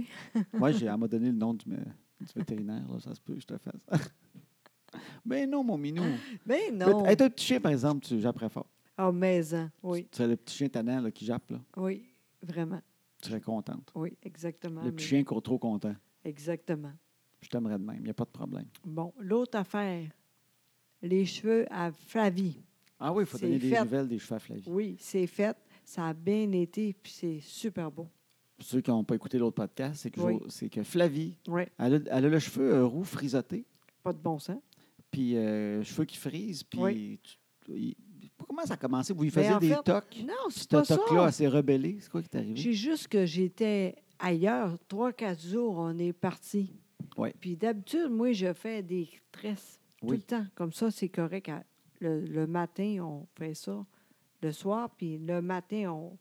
[SPEAKER 1] Moi, j'ai, elle m'a donné le nom du, euh, du vétérinaire, là, ça se peut que je te fasse. *laughs* Mais non, mon minou.
[SPEAKER 2] Ben non.
[SPEAKER 1] Peut- Être un petit chien, par exemple, tu japperais fort.
[SPEAKER 2] Ah, maison.
[SPEAKER 1] Oui.
[SPEAKER 2] Oui,
[SPEAKER 1] Tu serais le petit chien tannant là, qui jappe, là.
[SPEAKER 2] oui, vraiment.
[SPEAKER 1] tu serais contente.
[SPEAKER 2] Oui, exactement.
[SPEAKER 1] le
[SPEAKER 2] mais-
[SPEAKER 1] petit chien qui est trop content.
[SPEAKER 2] Exactement.
[SPEAKER 1] Je t'aimerais de même, il n'y a pas de problème.
[SPEAKER 2] Bon, l'autre affaire, les cheveux à Flavie.
[SPEAKER 1] Ah oui, il faut
[SPEAKER 2] C'est
[SPEAKER 1] donner des
[SPEAKER 2] fait.
[SPEAKER 1] nouvelles des cheveux à Flavie.
[SPEAKER 2] Oui, c'est fait. Ça a bien été, puis c'est super beau.
[SPEAKER 1] Pour ceux qui n'ont pas écouté l'autre podcast, c'est que,
[SPEAKER 2] Oui.
[SPEAKER 1] Jo- c'est que Flavie,
[SPEAKER 2] Oui,
[SPEAKER 1] elle a, elle a le cheveu euh, roux frisotté,
[SPEAKER 2] pas de bon sens.
[SPEAKER 1] puis euh, cheveux qui frisent, puis
[SPEAKER 2] Oui.
[SPEAKER 1] tu- il- comment ça a commencé? Vous lui
[SPEAKER 2] Mais
[SPEAKER 1] faisiez
[SPEAKER 2] en
[SPEAKER 1] des
[SPEAKER 2] fait,
[SPEAKER 1] tocs.
[SPEAKER 2] Non, c'est
[SPEAKER 1] Ce
[SPEAKER 2] pas ça.
[SPEAKER 1] toc-là, elle s'est rebellée. C'est quoi qui est arrivé?
[SPEAKER 2] J'ai juste que j'étais ailleurs. Trois, quatre jours, on est parti.
[SPEAKER 1] Ouais.
[SPEAKER 2] Puis d'habitude, moi, je fais des tresses tout
[SPEAKER 1] Oui.
[SPEAKER 2] le temps. Comme ça, c'est correct. À- Le, le matin, on fait ça. Le soir, puis le matin, on.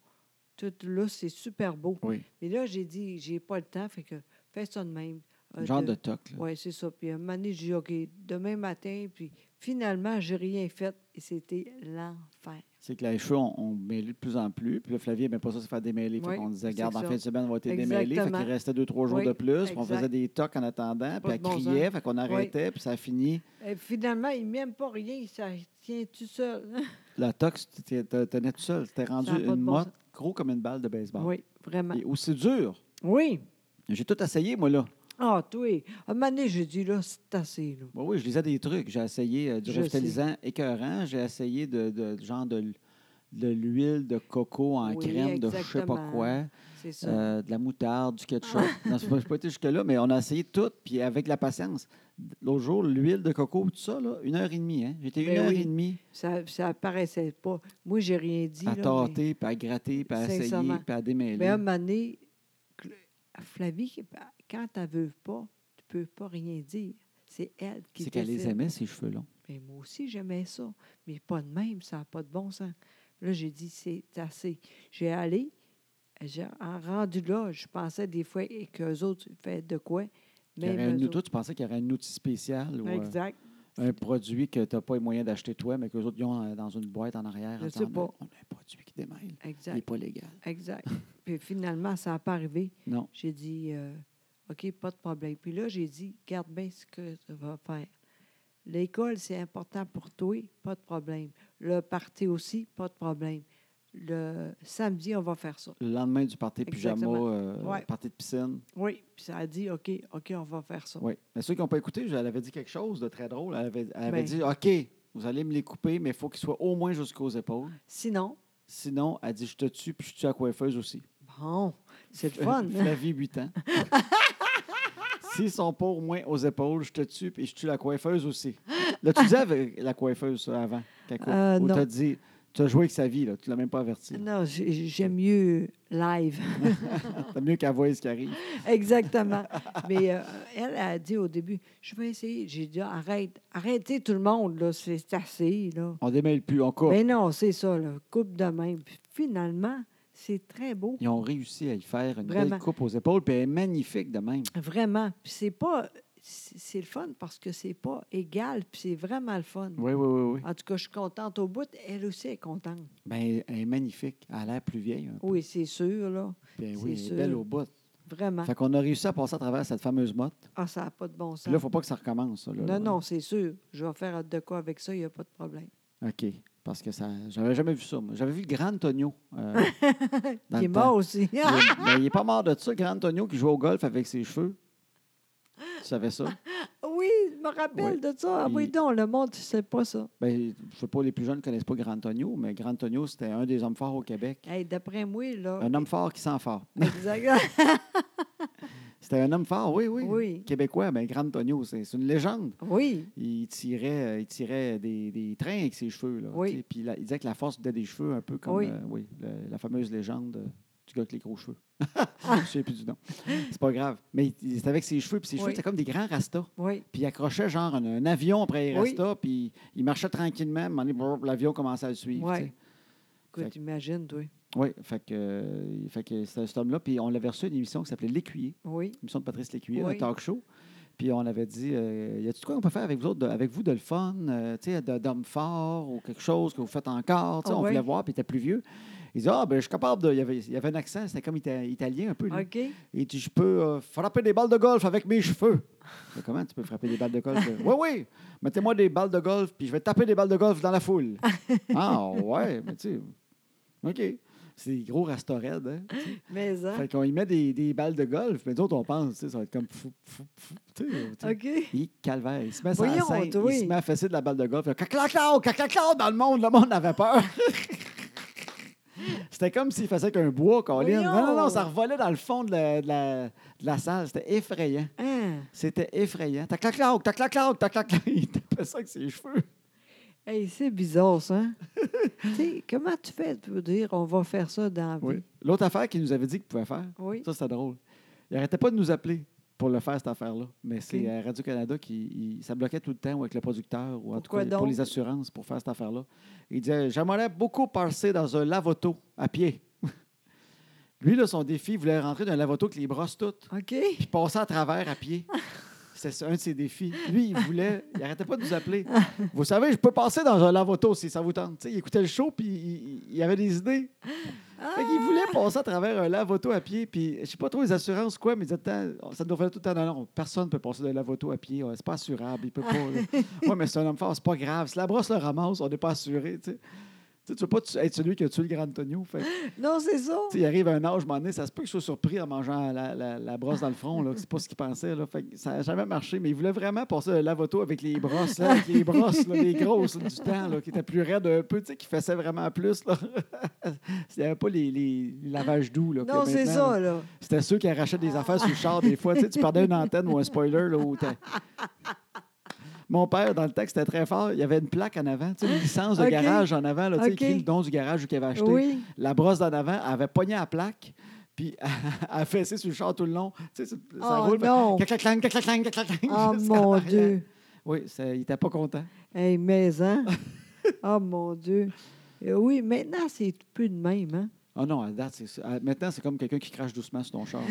[SPEAKER 2] Tout là, c'est super beau.
[SPEAKER 1] Oui,
[SPEAKER 2] Mais là, j'ai dit, j'ai pas le temps, fait que fais ça de même. Euh,
[SPEAKER 1] genre de toc. là.
[SPEAKER 2] Oui, c'est ça. Puis à un moment donné, j'ai dit, OK, demain matin. Puis finalement, j'ai rien fait et c'était l'enfer.
[SPEAKER 1] C'est que les cheveux, on, on mêlait de plus en plus. Puis là, Flavie n'aimait pas ça se faire démêler.
[SPEAKER 2] Oui,
[SPEAKER 1] Fait qu'on disait,
[SPEAKER 2] c'est
[SPEAKER 1] garde, en
[SPEAKER 2] ça.
[SPEAKER 1] fin de semaine, on va être démêlés. Fait qu'il
[SPEAKER 2] Exactement.
[SPEAKER 1] restait deux, trois jours
[SPEAKER 2] Oui,
[SPEAKER 1] de plus. Puis on
[SPEAKER 2] exact.
[SPEAKER 1] faisait des tocs en attendant. Puis
[SPEAKER 2] de
[SPEAKER 1] elle
[SPEAKER 2] bon
[SPEAKER 1] criait. Fait qu'on arrêtait. Puis ça a fini.
[SPEAKER 2] Et finalement, il m'aime pas rien, ça tient tout seul.
[SPEAKER 1] La toc, tu t'y- te- tenais tout seul. T'es rendu
[SPEAKER 2] a pas de
[SPEAKER 1] une
[SPEAKER 2] bon
[SPEAKER 1] motte
[SPEAKER 2] sens.
[SPEAKER 1] gros comme une balle de baseball.
[SPEAKER 2] Oui, vraiment.
[SPEAKER 1] Et aussi dur.
[SPEAKER 2] Oui.
[SPEAKER 1] J'ai tout essayé, moi, là.
[SPEAKER 2] Ah, toi. À un moment donné, j'ai dit, là, c'est assez. Là.
[SPEAKER 1] Bah Oui, oui, je lisais des trucs. J'ai essayé euh, du
[SPEAKER 2] Je sais.
[SPEAKER 1] revitalisant écœurant. J'ai essayé de, de- de genre de, de l'huile de coco en
[SPEAKER 2] Oui,
[SPEAKER 1] crème de je sais pas
[SPEAKER 2] exactement. Ah.
[SPEAKER 1] quoi.
[SPEAKER 2] C'est ça.
[SPEAKER 1] Euh, de la moutarde, du ketchup. non, je n'ai pas été jusque-là, mais on a essayé tout, puis avec la patience. L'autre jour, l'huile de coco, tout ça, là, une heure et demie. Hein? J'étais une
[SPEAKER 2] Ben
[SPEAKER 1] heure
[SPEAKER 2] oui.
[SPEAKER 1] et demie
[SPEAKER 2] ça. Ça paraissait pas. Moi, j'ai rien dit.
[SPEAKER 1] à
[SPEAKER 2] là, mais-
[SPEAKER 1] tâter, puis à gratter, puis à essayer,
[SPEAKER 2] Sincèrement. Ben, hum,
[SPEAKER 1] puis à démêler.
[SPEAKER 2] Mais à un moment donné, Cl- Flavie, quand elle veut pas, tu peux pas rien dire. C'est elle qui Ben,
[SPEAKER 1] C'est qu'elle les
[SPEAKER 2] décide.
[SPEAKER 1] aimait, ses cheveux longs.
[SPEAKER 2] Mais moi aussi, j'aimais ça. Mais pas de même, ça n'a pas de bon sens. Là, j'ai dit, c'est assez. J'ai allé, j'ai en rendu là, je pensais des fois et qu'eux autres faisaient de quoi.
[SPEAKER 1] Il y
[SPEAKER 2] Même
[SPEAKER 1] aurait un-
[SPEAKER 2] eux
[SPEAKER 1] toi, tu pensais qu'il y aurait un outil spécial ou euh,
[SPEAKER 2] Exact.
[SPEAKER 1] un produit que tu n'as pas les moyens d'acheter toi, mais que les autres ils ont euh, dans une boîte en arrière.
[SPEAKER 2] Je
[SPEAKER 1] en
[SPEAKER 2] sais
[SPEAKER 1] disant,
[SPEAKER 2] pas.
[SPEAKER 1] On a un produit qui démêle. Il n'est
[SPEAKER 2] Exact.
[SPEAKER 1] pas légal.
[SPEAKER 2] Exact. Puis finalement, ça n'a pas arrivé.
[SPEAKER 1] Non.
[SPEAKER 2] J'ai dit, euh, OK, pas de problème. Puis là, j'ai dit, garde bien ce que tu vas faire. L'école, c'est important pour toi, pas de problème. Le party aussi, pas de problème. Le samedi, on va faire ça.
[SPEAKER 1] Le lendemain du party pyjama,
[SPEAKER 2] Exactement.
[SPEAKER 1] euh,
[SPEAKER 2] Ouais.
[SPEAKER 1] party de piscine,
[SPEAKER 2] Oui, puis ça a dit, OK, OK, on va faire ça.
[SPEAKER 1] Oui. Mais ceux qui n'ont pas écouté, je- elle avait dit quelque chose de très drôle. Elle avait, elle avait
[SPEAKER 2] Ben.
[SPEAKER 1] dit OK, vous allez me les couper, mais il faut qu'ils soient au moins jusqu'aux épaules.
[SPEAKER 2] Sinon,
[SPEAKER 1] Sinon, elle dit Je te tue, puis je tue la coiffeuse aussi.
[SPEAKER 2] bon, c'est
[SPEAKER 1] *laughs*
[SPEAKER 2] le fun. hein?
[SPEAKER 1] Flavie, 8 ans.
[SPEAKER 2] *laughs*
[SPEAKER 1] S'ils sont pas au moins aux épaules, je te tue, puis je tue la coiffeuse aussi. Là, tu disais avec la coiffeuse ça, avant, qu'elle coupe.
[SPEAKER 2] Euh,
[SPEAKER 1] Ou
[SPEAKER 2] non.
[SPEAKER 1] t'as dit Tu as joué avec sa vie, là. tu l'as même pas averti.
[SPEAKER 2] Non, j'ai- j'aime mieux live. *laughs*
[SPEAKER 1] T'as mieux qu'elle voie ce qui arrive.
[SPEAKER 2] Exactement. Mais euh, elle a dit au début, je vais essayer. J'ai dit, arrête, arrêtez tout le monde, là, c'est assez, là.
[SPEAKER 1] On démêle plus, on coupe.
[SPEAKER 2] Mais non, c'est ça, là. Coupe de même. Puis finalement, c'est très beau.
[SPEAKER 1] Ils ont réussi à y faire une belle
[SPEAKER 2] Vraiment.
[SPEAKER 1] coupe aux épaules, puis elle est magnifique de même.
[SPEAKER 2] Vraiment. Puis c'est pas. c'est c'est le fun parce que c'est pas égal, puis c'est vraiment le fun.
[SPEAKER 1] Oui, oui, oui. oui.
[SPEAKER 2] En tout cas, je suis contente au bout. Elle aussi est contente.
[SPEAKER 1] Ben, elle est magnifique. Elle a l'air plus vieille. hein.
[SPEAKER 2] Oui, c'est sûr, là.
[SPEAKER 1] Ben
[SPEAKER 2] c'est
[SPEAKER 1] oui, elle est
[SPEAKER 2] sûr.
[SPEAKER 1] belle au bout.
[SPEAKER 2] Vraiment.
[SPEAKER 1] Fait qu'on a réussi à passer à travers cette fameuse motte.
[SPEAKER 2] Ah, ça n'a pas de bon sens.
[SPEAKER 1] Puis là, il faut pas que ça recommence. ça, là, là.
[SPEAKER 2] non, non, c'est sûr. Je vais faire de quoi avec ça, il n'y a pas de problème.
[SPEAKER 1] OK. Parce que ça. J'avais jamais vu ça. moi. J'avais vu le Grand Antonio. euh,
[SPEAKER 2] *laughs*
[SPEAKER 1] dans
[SPEAKER 2] Il est
[SPEAKER 1] le temps.
[SPEAKER 2] mort
[SPEAKER 1] *laughs*
[SPEAKER 2] aussi. Ah
[SPEAKER 1] Il est- ben, il est pas mort de ça, le Grand Antonio, qui jouait au golf avec ses cheveux. Tu savais ça?
[SPEAKER 2] oui, je me rappelle de ça. Ah oui,
[SPEAKER 1] Il-
[SPEAKER 2] non, le monde ne sait pas ça.
[SPEAKER 1] Ben, je sais pas, les plus jeunes ne connaissent pas Grand Antonio, mais Grand Antonio, c'était un des hommes forts au Québec.
[SPEAKER 2] Hey, D'après moi, là.
[SPEAKER 1] Un homme fort qui sent fort.
[SPEAKER 2] Exact. *laughs*
[SPEAKER 1] C'était un homme fort, oui, oui.
[SPEAKER 2] oui.
[SPEAKER 1] Québécois, mais Grand Antonio, c'est c'est une légende.
[SPEAKER 2] Oui.
[SPEAKER 1] Il tirait, euh, il tirait des, des trains avec ses cheveux. Là,
[SPEAKER 2] Oui.
[SPEAKER 1] tu sais. Puis la- il disait que la force venait des cheveux, un peu comme
[SPEAKER 2] Oui.
[SPEAKER 1] euh, oui, le- la fameuse légende euh, du gars avec les gros cheveux.
[SPEAKER 2] Ah.
[SPEAKER 1] *laughs* Je ne sais plus du nom. C'est pas grave. Mais il- il- c'était avec ses cheveux, puis ses cheveux,
[SPEAKER 2] Oui.
[SPEAKER 1] c'était comme des grands rastas.
[SPEAKER 2] Oui.
[SPEAKER 1] Puis il accrochait genre un, un avion après les
[SPEAKER 2] Oui.
[SPEAKER 1] rastas, puis il marchait tranquillement. à un moment donné, brrr, L'avion commençait à le suivre.
[SPEAKER 2] Ouais.
[SPEAKER 1] tu sais. Fait
[SPEAKER 2] Écoute, imagine, toi.
[SPEAKER 1] Oui, fait que, euh, fait que c'était cet homme-là. Puis on l'avait reçu à une émission qui s'appelait L'Écuyer,
[SPEAKER 2] Oui.
[SPEAKER 1] émission de Patrice Lécuyer, un
[SPEAKER 2] Oui.
[SPEAKER 1] talk show. Puis on avait dit euh, Y a-t-il de quoi qu'on peut faire avec vous autres, de- avec vous de le fun, euh, tu sais, de- d'hommes forts ou quelque chose que vous faites encore Tu sais,
[SPEAKER 2] Ah
[SPEAKER 1] On
[SPEAKER 2] ouais.
[SPEAKER 1] voulait voir, puis il était plus vieux. Il disait Ah, ben, je suis capable de. Il y avait, il y avait un accent, c'était comme ita- italien un peu. lui.
[SPEAKER 2] OK.
[SPEAKER 1] Il dit Je peux euh, frapper des balles de golf avec mes cheveux. Je dis, Comment tu peux frapper des balles de golf
[SPEAKER 2] *laughs*
[SPEAKER 1] Oui, oui, mettez-moi des balles de golf, puis je vais taper des balles de golf dans la
[SPEAKER 2] *laughs*
[SPEAKER 1] foule. ah, ouais, mais tu sais. OK. C'est des gros rastoreds. Hein?
[SPEAKER 2] Mais, hein?
[SPEAKER 1] Fait qu'on y met des, des balles de golf, mais d'autres, on pense, tu sais, ça va être comme fou, fou, fou. tu sais, tu sais.
[SPEAKER 2] OK.
[SPEAKER 1] Il est calvaire. Il se met sur la
[SPEAKER 2] Voyons,
[SPEAKER 1] scène,
[SPEAKER 2] oui.
[SPEAKER 1] il se met à fesser de la balle de golf. Caclaclao, caclaclao dans le monde. Le monde avait peur. *laughs* C'était comme s'il faisait qu'un bois, Colin. Non, non, non,
[SPEAKER 2] Voyons.
[SPEAKER 1] ça revolait dans le fond de la, de la- de la salle. C'était effrayant.
[SPEAKER 2] Hein?
[SPEAKER 1] C'était effrayant. Taclaclao, taclaclao, taclaclao. *laughs* Il tapait ça avec ses cheveux.
[SPEAKER 2] Hey, c'est bizarre,
[SPEAKER 1] *laughs*
[SPEAKER 2] ça. hein? tu sais, comment tu fais pour dire on va faire ça dans la vie?
[SPEAKER 1] Oui. L'autre affaire qu'il nous avait dit qu'il pouvait faire,
[SPEAKER 2] Oui.
[SPEAKER 1] Ça, c'était drôle. Il arrêtait pas de nous appeler pour le faire, cette affaire-là. Mais c'est euh, Radio-Canada qui il- ça bloquait tout le temps ou avec le producteur ou en tout
[SPEAKER 2] Pourquoi
[SPEAKER 1] cas pour
[SPEAKER 2] donc?
[SPEAKER 1] les assurances pour faire cette affaire-là. Il disait J'aimerais beaucoup passer dans un lavoto à pied. Lui, là, son défi, il voulait rentrer dans un lavoto avec les brosses toutes,
[SPEAKER 2] OK.
[SPEAKER 1] puis passer à travers à pied. C'est ça, un de ses défis. Lui, il voulait, il arrêtait pas de nous appeler. Vous savez, je peux passer dans un lavoto si ça vous tente. Tu sais, il écoutait le show, puis il- il avait des idées. Fait qu'il voulait passer à travers un lave-auto à pied, puis je sais pas trop les assurances quoi, mais il disait, Attends, ça nous fait tout le temps, non, non, personne peut passer d'un lave-auto à pied, ouais, c'est pas assurable, il peut pas. là. ouais, mais c'est un homme fort, c'est pas grave, si la brosse le ramasse, on n'est pas assuré, tu sais. Tu sais, tu veux pas tu- être celui qui a tué le grand Antonio. Fait que, tu
[SPEAKER 2] Non, c'est ça.
[SPEAKER 1] sais, il arrive à un âge, à un moment donné, ça se peut que je sois surpris en mangeant la, la- la brosse dans le front. là, que C'est pas ce qu'il pensait. Là, fait que ça n'a jamais marché. Mais il voulait vraiment passer un lavoto avec les brosses, là, avec les brosses, là, les grosses là, du temps, là, qui étaient plus raides un peu, tu sais, qui faisaient vraiment plus. Là. *laughs* Il n'y avait pas les, les lavages doux. Là, que
[SPEAKER 2] Non, c'est
[SPEAKER 1] maintenant, là.
[SPEAKER 2] ça, là.
[SPEAKER 1] C'était ceux qui arrachaient des affaires sur le char des fois. Tu, sais, tu perdais une antenne ou un spoiler. Là, où t'as- Mon père, dans le texte, était très fort. Il y avait une plaque en avant, tu sais, une licence de
[SPEAKER 2] OK.
[SPEAKER 1] garage en avant. Là, tu sais,
[SPEAKER 2] OK.
[SPEAKER 1] écrit le don du garage où qu'il avait acheté.
[SPEAKER 2] Oui.
[SPEAKER 1] La brosse d'en avant, elle avait pogné la plaque, puis *laughs* elle a fessé sur le char tout le long. Tu sais, ça ça
[SPEAKER 2] Oh
[SPEAKER 1] roule. fait-
[SPEAKER 2] non.
[SPEAKER 1] clac-clac-clang, clac-clac-clang, clac-clac-clang, *laughs*
[SPEAKER 2] Oh
[SPEAKER 1] jusqu'en
[SPEAKER 2] mon
[SPEAKER 1] arrière.
[SPEAKER 2] Dieu.
[SPEAKER 1] Oui, ça- il était pas content.
[SPEAKER 2] Hey, mais, hein? *laughs* oh mon Dieu. Euh, Oui, maintenant, c'est plus de même, hein?
[SPEAKER 1] Ah non, à date, c'est ça. À- Maintenant, c'est comme quelqu'un qui crache doucement sur ton
[SPEAKER 2] *laughs*
[SPEAKER 1] char.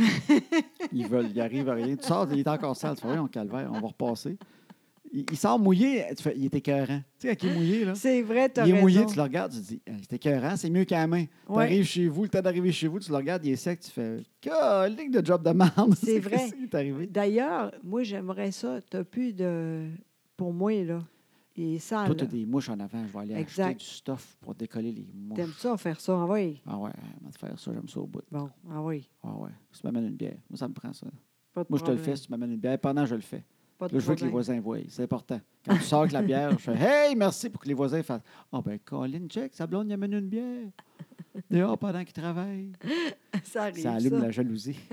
[SPEAKER 1] Ils veulent, ils arrivent à rien. Tu sors, il est encore sale. Tu fais, voyons, calvaire, on va repasser. Il, il sort mouillé, tu fais, il est écœurant. Tu sais, quand il est mouillé, là.
[SPEAKER 2] C'est vrai, t'as
[SPEAKER 1] Il est
[SPEAKER 2] raison.
[SPEAKER 1] mouillé, tu le regardes, tu te dis, c'est écœurant, c'est mieux qu'à la main. Tu
[SPEAKER 2] Ouais.
[SPEAKER 1] T'arrives chez vous, le temps d'arriver chez vous, tu le regardes, il est sec, tu fais, ligue de job de merde. *laughs*
[SPEAKER 2] C'est vrai.
[SPEAKER 1] Qu'est-ce qui est arrivé?
[SPEAKER 2] D'ailleurs, moi, j'aimerais ça. T'as plus de... Pour moi, là, il est sale.
[SPEAKER 1] Toi, t'as
[SPEAKER 2] Ah, là.
[SPEAKER 1] des mouches en avant, je vais aller acheter
[SPEAKER 2] Exact.
[SPEAKER 1] du stuff pour décoller les mouches.
[SPEAKER 2] T'aimes ça, faire ça? Ah oui.
[SPEAKER 1] Ah ouais, on va te faire ça, j'aime ça au bout.
[SPEAKER 2] Bon, ah oui.
[SPEAKER 1] Ah ouais, tu m'amènes une bière. Moi, ça me prend ça.
[SPEAKER 2] Pas de
[SPEAKER 1] Moi, je te le
[SPEAKER 2] problème.
[SPEAKER 1] fais, si tu m'amènes une bière. Pendant, je le fais.
[SPEAKER 2] Pas de
[SPEAKER 1] Là, je veux que les voisins
[SPEAKER 2] problème.
[SPEAKER 1] voient. C'est important. Quand tu sors avec la bière, je fais Hey, merci pour que les voisins fassent Ah, ben, Colin, check, sa blonde, il amène une bière. Dehors, pendant qu'il travaille.
[SPEAKER 2] *laughs* Ça arrive,
[SPEAKER 1] Ça allume
[SPEAKER 2] ça.
[SPEAKER 1] la jalousie. *laughs*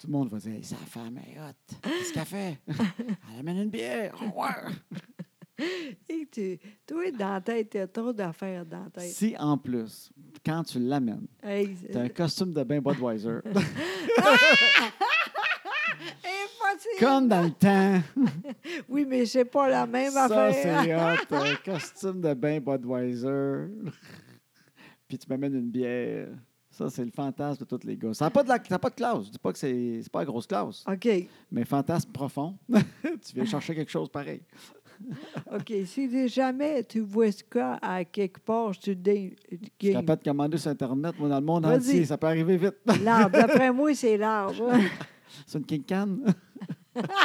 [SPEAKER 1] Tout le monde va dire Hey, Sa femme est hot. Qu'est-ce qu'elle fait Elle amène une bière. Oh, ouais.
[SPEAKER 2] Et tu, toi, dans la tête, t'as trop d'affaires dans la tête.
[SPEAKER 1] Si, en plus, quand tu l'amènes,
[SPEAKER 2] Hey, c'est-
[SPEAKER 1] t'as un costume de bain
[SPEAKER 2] *laughs*
[SPEAKER 1] Budweiser.
[SPEAKER 2] Impossible!
[SPEAKER 1] Comme dans le temps.
[SPEAKER 2] Oui, mais c'est pas la même
[SPEAKER 1] Ça,
[SPEAKER 2] affaire.
[SPEAKER 1] c'est hot. euh, Un costume de bain Budweiser. Puis tu m'amènes une bière. Ça, c'est le fantasme de tous les gars. Ça n'a pas, de la- ça a pas de classe. Je dis pas que c'est c'est pas la grosse classe,
[SPEAKER 2] *laughs* OK.
[SPEAKER 1] mais fantasme profond. *laughs* tu viens chercher quelque chose pareil.
[SPEAKER 2] OK. Si jamais tu vois ce cas à quelque part, tu dis.
[SPEAKER 1] Je suis capable de commander sur Internet, moi, dans le monde
[SPEAKER 2] Vas-y.
[SPEAKER 1] entier. Ça peut arriver vite.
[SPEAKER 2] L'arbre. D'après moi,
[SPEAKER 1] *laughs*
[SPEAKER 2] c'est l'arbre.
[SPEAKER 1] c'est une King Can.
[SPEAKER 2] *laughs*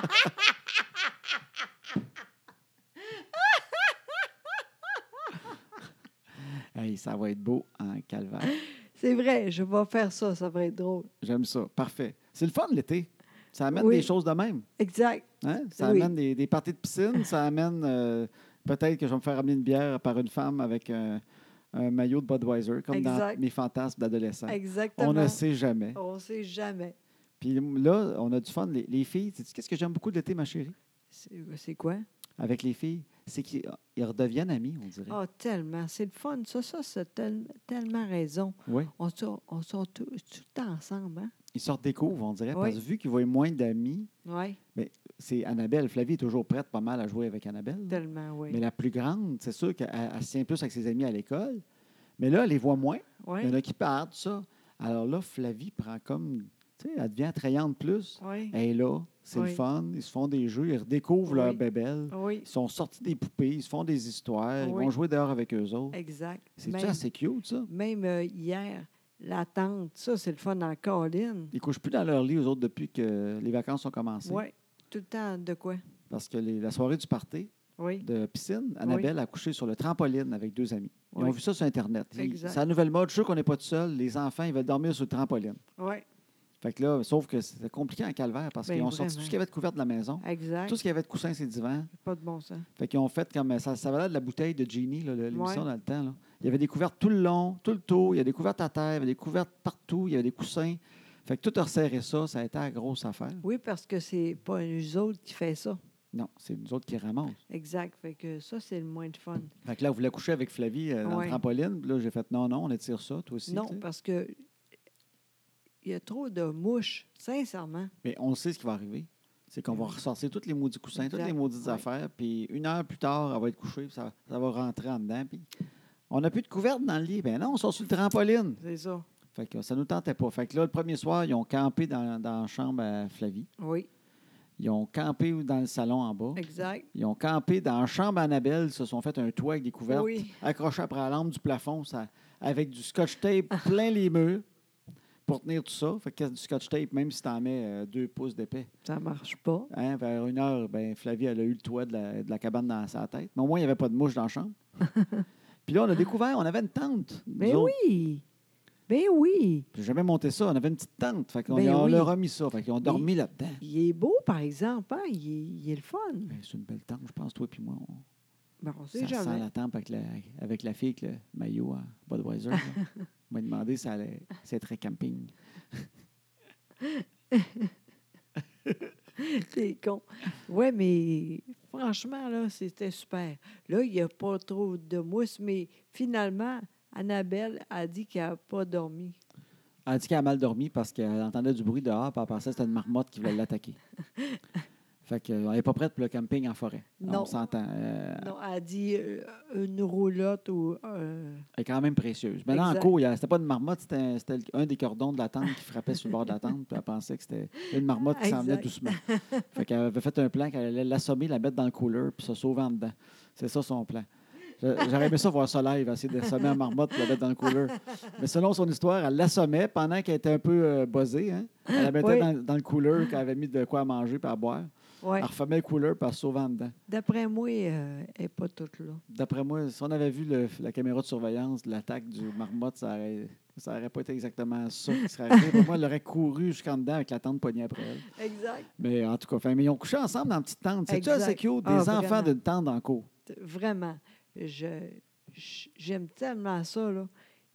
[SPEAKER 1] Hey, ça va être beau en calvaire.
[SPEAKER 2] C'est vrai, je vais faire ça, ça va être drôle.
[SPEAKER 1] J'aime ça. Parfait. C'est le fun l'été. Ça amène
[SPEAKER 2] Oui.
[SPEAKER 1] des choses de même.
[SPEAKER 2] Exact.
[SPEAKER 1] Hein? Ça
[SPEAKER 2] Oui.
[SPEAKER 1] amène des, des parties de piscine, ça amène euh, peut-être que je vais me faire amener une bière par une femme avec un, un maillot de Budweiser, comme
[SPEAKER 2] Exact.
[SPEAKER 1] dans mes fantasmes d'adolescent.
[SPEAKER 2] Exactement. Oh.
[SPEAKER 1] On ne sait jamais.
[SPEAKER 2] On sait jamais.
[SPEAKER 1] Puis là, on a du fun. Les, les filles, sais qu'est-ce que j'aime beaucoup de l'été, ma chérie,
[SPEAKER 2] C'est c'est quoi?
[SPEAKER 1] avec les filles? C'est qu'ils euh, ils redeviennent amis, on dirait.
[SPEAKER 2] Ah, tellement. C'est le fun. Ça, ça, c'est tel- tellement raison.
[SPEAKER 1] Oui.
[SPEAKER 2] On sort, on sort tout, tout le temps ensemble, hein?
[SPEAKER 1] Ils se redécouvrent, on dirait.
[SPEAKER 2] Oui.
[SPEAKER 1] Parce que vu qu'ils voient moins d'amis,
[SPEAKER 2] Oui,
[SPEAKER 1] c'est Annabelle. Flavie est toujours prête pas mal à jouer avec Annabelle.
[SPEAKER 2] tellement, oui.
[SPEAKER 1] Mm. Mais la plus grande, c'est sûr qu'elle elle se tient plus avec ses amis à l'école. Mais là, elle les voit moins. Il y en
[SPEAKER 2] Oui,
[SPEAKER 1] a qui partent, ça. Alors là, Flavie prend comme. Tu sais, elle devient attrayante plus.
[SPEAKER 2] oui,
[SPEAKER 1] Elle est là, c'est
[SPEAKER 2] Oui.
[SPEAKER 1] le fun, ils se font des jeux, ils redécouvrent leur
[SPEAKER 2] Oui.
[SPEAKER 1] bébelle.
[SPEAKER 2] oui,
[SPEAKER 1] Ils sont sortis des poupées, ils se font des histoires, ils
[SPEAKER 2] Oui.
[SPEAKER 1] vont jouer dehors avec eux autres.
[SPEAKER 2] exact.
[SPEAKER 1] C'est
[SPEAKER 2] Même-
[SPEAKER 1] ça, c'est cute, ça.
[SPEAKER 2] Même euh, hier, la tante, ça, c'est le fun en colline.
[SPEAKER 1] Ils couchent plus dans leur lit, eux autres, depuis que les vacances ont commencé.
[SPEAKER 2] Oui, tout le temps de quoi?
[SPEAKER 1] Parce que les- la soirée du party
[SPEAKER 2] Oui,
[SPEAKER 1] de piscine, Annabelle a couché sur le trampoline avec deux amis. Ils ont
[SPEAKER 2] Oui.
[SPEAKER 1] vu ça sur Internet. Ils-
[SPEAKER 2] Exact.
[SPEAKER 1] C'est la nouvelle mode. Je suis sûr qu'on n'est pas tout seul. Les enfants, ils veulent dormir sur le trampoline.
[SPEAKER 2] oui,
[SPEAKER 1] Fait que là, sauf que c'était compliqué en calvaire parce
[SPEAKER 2] Ben,
[SPEAKER 1] qu'ils ont sorti tout
[SPEAKER 2] vraiment.
[SPEAKER 1] ce qu'il y avait de couvert de la maison.
[SPEAKER 2] exact.
[SPEAKER 1] Tout ce qu'il y avait de coussins, c'est divans.
[SPEAKER 2] Pas de bon sens.
[SPEAKER 1] Fait qu'ils ont fait comme. Ça, ça valait de la bouteille de Genie, là, le- l'émission
[SPEAKER 2] Ouais.
[SPEAKER 1] dans le temps. Là. Il y avait des couvertes tout le long, tout le tour. Il y a des couvertes à terre, il y avait des couvertes partout, il y avait des coussins. Fait que tout a resserré ça, ça a été la grosse affaire.
[SPEAKER 2] Oui, parce que c'est pas nous autres qui fait ça.
[SPEAKER 1] Non, c'est nous autres qui ramassent.
[SPEAKER 2] Exact. Fait que ça, c'est le moins de fun.
[SPEAKER 1] Fait que là, on voulait coucher avec Flavie euh, dans
[SPEAKER 2] Ouais.
[SPEAKER 1] le trampoline. Puis là, j'ai fait non, non, on étire ça, toi aussi.
[SPEAKER 2] non,
[SPEAKER 1] tu sais.
[SPEAKER 2] parce que il y a trop de mouches, sincèrement.
[SPEAKER 1] Mais on sait ce qui va arriver. C'est qu'on va ressortir tous les maudits coussins, toutes
[SPEAKER 2] Mm-hmm. Exact,
[SPEAKER 1] les maudites
[SPEAKER 2] ouais.
[SPEAKER 1] affaires, puis une heure plus tard, elle va être couchée, puis ça, ça va rentrer en dedans. Puis on n'a plus de couverte dans le lit. Ben non, on sort sur le trampoline.
[SPEAKER 2] C'est ça.
[SPEAKER 1] Fait que ça nous tentait pas. Fait que là, le premier soir, ils ont campé dans, dans la chambre à Flavie.
[SPEAKER 2] Oui,
[SPEAKER 1] Ils ont campé dans le salon en bas.
[SPEAKER 2] exact.
[SPEAKER 1] Ils ont campé dans la chambre à Annabelle. Ils se sont fait un toit avec des couvertes
[SPEAKER 2] Oui.
[SPEAKER 1] accrochés après la lampe du plafond, ça, avec du scotch tape
[SPEAKER 2] Ah.
[SPEAKER 1] plein les murs pour tenir tout ça. Fait que du scotch tape, même si t'en mets euh, deux pouces d'épais.
[SPEAKER 2] Ça marche pas.
[SPEAKER 1] Hein, vers une heure, ben, Flavie, elle a eu le toit de la, de la cabane dans sa tête. Mais au moins, il n'y avait pas de mouche dans la
[SPEAKER 2] *laughs*
[SPEAKER 1] chambre. Puis là, on a découvert, on avait une tente. nous
[SPEAKER 2] Ben
[SPEAKER 1] autres.
[SPEAKER 2] oui! Ben oui!
[SPEAKER 1] J'ai jamais monté ça. On avait une petite tente. Fait qu'on
[SPEAKER 2] Ben
[SPEAKER 1] on
[SPEAKER 2] oui.
[SPEAKER 1] leur a mis ça. Fait qu'ils ont dormi là-dedans.
[SPEAKER 2] Il est beau, par exemple, hein? Il est, il est le fun.
[SPEAKER 1] Ben, c'est une belle tente, je pense, toi puis moi. On,
[SPEAKER 2] Ben, on
[SPEAKER 1] ça
[SPEAKER 2] sait
[SPEAKER 1] sent
[SPEAKER 2] jamais.
[SPEAKER 1] la tempe avec la, avec la fille avec le maillot à Budweiser.
[SPEAKER 2] *laughs*
[SPEAKER 1] là. On m'a demandé si elle allait- si elle serait camping.
[SPEAKER 2] C'est con. Oui, mais franchement, là, c'était super. Là, il n'y a pas trop de mousse, mais finalement, Annabelle a dit qu'elle n'a pas dormi.
[SPEAKER 1] Elle a dit qu'elle a mal dormi parce qu'elle entendait du bruit dehors puis elle pensait que c'était une marmotte qui voulait
[SPEAKER 2] *laughs*
[SPEAKER 1] l'attaquer. Fait qu'on n'est pas prête pour le camping en forêt.
[SPEAKER 2] Non.
[SPEAKER 1] On s'entend. Euh,
[SPEAKER 2] Non, elle a dit euh, une roulotte ou. euh,
[SPEAKER 1] Elle est quand même précieuse. Mais là, en
[SPEAKER 2] Exact.
[SPEAKER 1] cours, il y a- c'était pas une marmotte, c'était un, c'était le- un des cordons de la tente qui frappait sur le bord de la tente, puis elle pensait que c'était une marmotte qui s'en venait
[SPEAKER 2] Exact.
[SPEAKER 1] doucement. Fait qu'elle avait fait un plan qu'elle allait l'assommer, la mettre dans le cooler, puis se sauver en dedans. C'est ça son plan. Je- J'aurais aimé ça voir ça live, essayer d'assommer la marmotte et la mettre dans le cooler. Mais selon son histoire, elle l'assommait pendant qu'elle était un peu euh, buzzée. hein. Elle la mettait
[SPEAKER 2] Oui.
[SPEAKER 1] dans, dans le cooler qu'elle avait mis de quoi à manger et à boire.
[SPEAKER 2] ouais.
[SPEAKER 1] Elle refermait le cooler puis elle se sauvait en dedans.
[SPEAKER 2] D'après moi, euh, elle n'est pas toute là.
[SPEAKER 1] D'après moi, si on avait vu le- la caméra de surveillance de l'attaque du marmotte, ça aurait, ça aurait pas été exactement ça qui serait arrivé. Pour moi, elle aurait couru jusqu'en dedans avec la tente poignée après elle.
[SPEAKER 2] Exact.
[SPEAKER 1] Mais en tout cas, fin, mais ils ont couché ensemble dans une petite tente. C'est-tu
[SPEAKER 2] Exact.
[SPEAKER 1] assez cute? Des
[SPEAKER 2] Ah,
[SPEAKER 1] enfants
[SPEAKER 2] vraiment.
[SPEAKER 1] d'une tente en cours.
[SPEAKER 2] Vraiment. Je, je- j'aime tellement ça, là.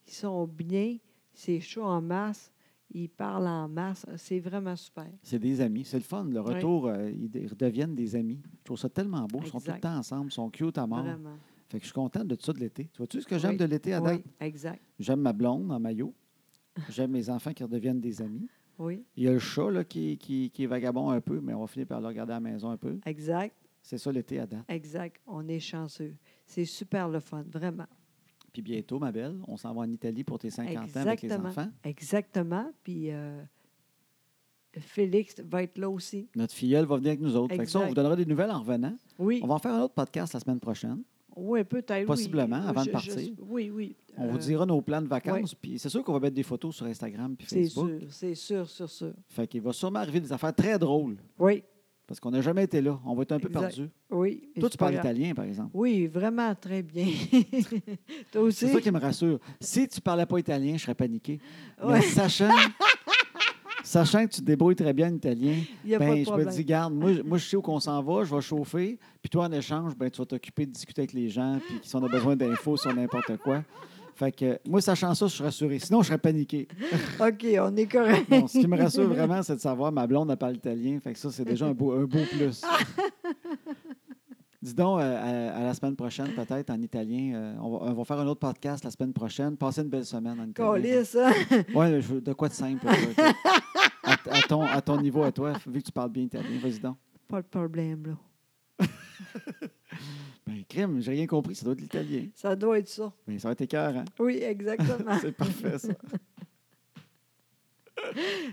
[SPEAKER 2] Ils sont bien, c'est chaud en masse, ils parlent en masse. C'est vraiment super.
[SPEAKER 1] C'est des amis. C'est le fun. Le
[SPEAKER 2] Oui.
[SPEAKER 1] retour, euh, ils de- ils redeviennent des amis. Je trouve ça tellement beau. Ils sont tout le
[SPEAKER 2] Exact.
[SPEAKER 1] temps ensemble. Ils sont cute à mort.
[SPEAKER 2] Vraiment.
[SPEAKER 1] Fait que je suis contente de tout ça de l'été. Tu vois-tu ce que j'aime
[SPEAKER 2] Oui.
[SPEAKER 1] de l'été à date?
[SPEAKER 2] Oui, exact.
[SPEAKER 1] J'aime ma blonde en maillot. J'aime mes enfants qui redeviennent des amis.
[SPEAKER 2] Oui,
[SPEAKER 1] Il y a le chat là, qui, qui- qui est vagabond un peu, mais on va finir par le regarder à la maison un peu.
[SPEAKER 2] exact,
[SPEAKER 1] C'est ça l'été à date.
[SPEAKER 2] exact. On est chanceux. C'est super le fun, vraiment.
[SPEAKER 1] Puis Puis bientôt, ma belle, on s'en va en Italie pour tes 50 ans avec les
[SPEAKER 2] Exactement.
[SPEAKER 1] enfants.
[SPEAKER 2] Exactement. Puis euh, Félix va être là aussi.
[SPEAKER 1] Notre filleule va venir avec nous autres. Fait que ça, on
[SPEAKER 2] Exact.
[SPEAKER 1] vous donnera des nouvelles en revenant.
[SPEAKER 2] Oui,
[SPEAKER 1] On va en faire un autre podcast la semaine prochaine.
[SPEAKER 2] oui peut-être. oui.
[SPEAKER 1] Possiblement, avant de
[SPEAKER 2] Je- je-
[SPEAKER 1] partir.
[SPEAKER 2] oui, oui.
[SPEAKER 1] On vous
[SPEAKER 2] Euh,
[SPEAKER 1] dira nos plans de vacances. Puis c'est sûr qu'on va mettre des photos sur Instagram puis
[SPEAKER 2] C'est
[SPEAKER 1] Facebook.
[SPEAKER 2] sûr, c'est sûr, sûr, sûr.
[SPEAKER 1] Fait qu'il va sûrement arriver des affaires très drôles
[SPEAKER 2] Oui,
[SPEAKER 1] parce qu'on n'a jamais été là. On va être un peu
[SPEAKER 2] Exact.
[SPEAKER 1] perdu.
[SPEAKER 2] oui. mais
[SPEAKER 1] Toi, tu
[SPEAKER 2] c'est pas
[SPEAKER 1] parles
[SPEAKER 2] grave.
[SPEAKER 1] italien, par exemple.
[SPEAKER 2] Oui, vraiment très
[SPEAKER 1] *laughs*
[SPEAKER 2] bien. Toi
[SPEAKER 1] C'est
[SPEAKER 2] aussi?
[SPEAKER 1] ça qui me rassure. Si tu parlais pas italien, je serais paniqué. Mais
[SPEAKER 2] Ouais. *laughs*
[SPEAKER 1] sachant, sachant que tu te débrouilles très bien en italien,
[SPEAKER 2] Il n'y a
[SPEAKER 1] ben,
[SPEAKER 2] pas de
[SPEAKER 1] je me
[SPEAKER 2] problème.
[SPEAKER 1] dis, garde,
[SPEAKER 2] *laughs*
[SPEAKER 1] moi, je- moi, je sais où qu'on s'en va, je vais chauffer. Puis toi, en échange, ben, tu vas t'occuper de discuter avec les gens, puis si on a besoin d'infos sur n'importe quoi. Fait que, euh, moi, sachant ça, je suis rassuré. Sinon, je serais paniqué.
[SPEAKER 2] OK, on
[SPEAKER 1] *laughs*
[SPEAKER 2] est correct.
[SPEAKER 1] Non, ce qui me rassure vraiment, c'est de savoir ma blonde, elle parle italien. Fait que ça, c'est déjà un beau, un beau plus. Dis donc, euh, à, à la semaine prochaine, peut-être, en italien. euh, on, va, on va faire un autre podcast la semaine prochaine. Passez une belle semaine en italien.
[SPEAKER 2] Câlisse, hein?
[SPEAKER 1] Ouais, je veux de quoi de simple. là, ok. À, à ton, à ton niveau, à toi, vu que tu parles bien italien, vas-y donc.
[SPEAKER 2] Pas de problème, là.
[SPEAKER 1] Ben, crime, j'ai rien compris, ça doit être l'italien.
[SPEAKER 2] Ça doit être ça.
[SPEAKER 1] Ben, ça va être écœur, hein?
[SPEAKER 2] Oui, exactement.
[SPEAKER 1] *laughs* C'est parfait, ça.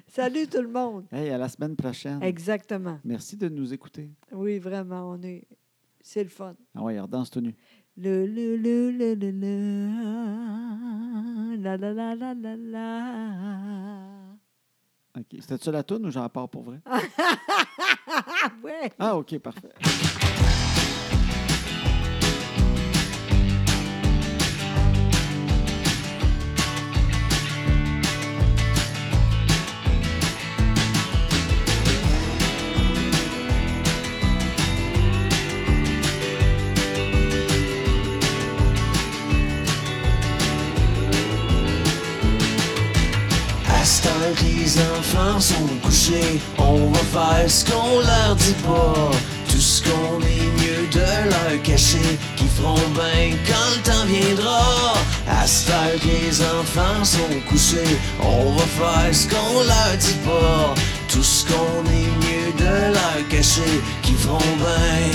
[SPEAKER 2] Salut tout le monde.
[SPEAKER 1] Hey, à la semaine prochaine.
[SPEAKER 2] Exactement.
[SPEAKER 1] Merci de nous écouter.
[SPEAKER 2] Oui, vraiment, on est... C'est le fun.
[SPEAKER 1] Ah ouais, redanse tout nu.
[SPEAKER 2] Le, le, le, le, le, le. La, la, la, la, la, la.
[SPEAKER 1] OK. C'était ça la toune ou j'en pars pour vrai?
[SPEAKER 2] Ah, ouais!
[SPEAKER 1] Ah, OK, parfait.
[SPEAKER 3] À ce temps que les enfants sont couchés, on va faire ce qu'on leur dit pas. Tout ce qu'on est mieux de leur cacher, qui feront bien quand le temps viendra. À ce temps que les enfants sont couchés, on va faire ce qu'on leur dit pas. Tout ce qu'on est mieux de leur cacher, qui feront bien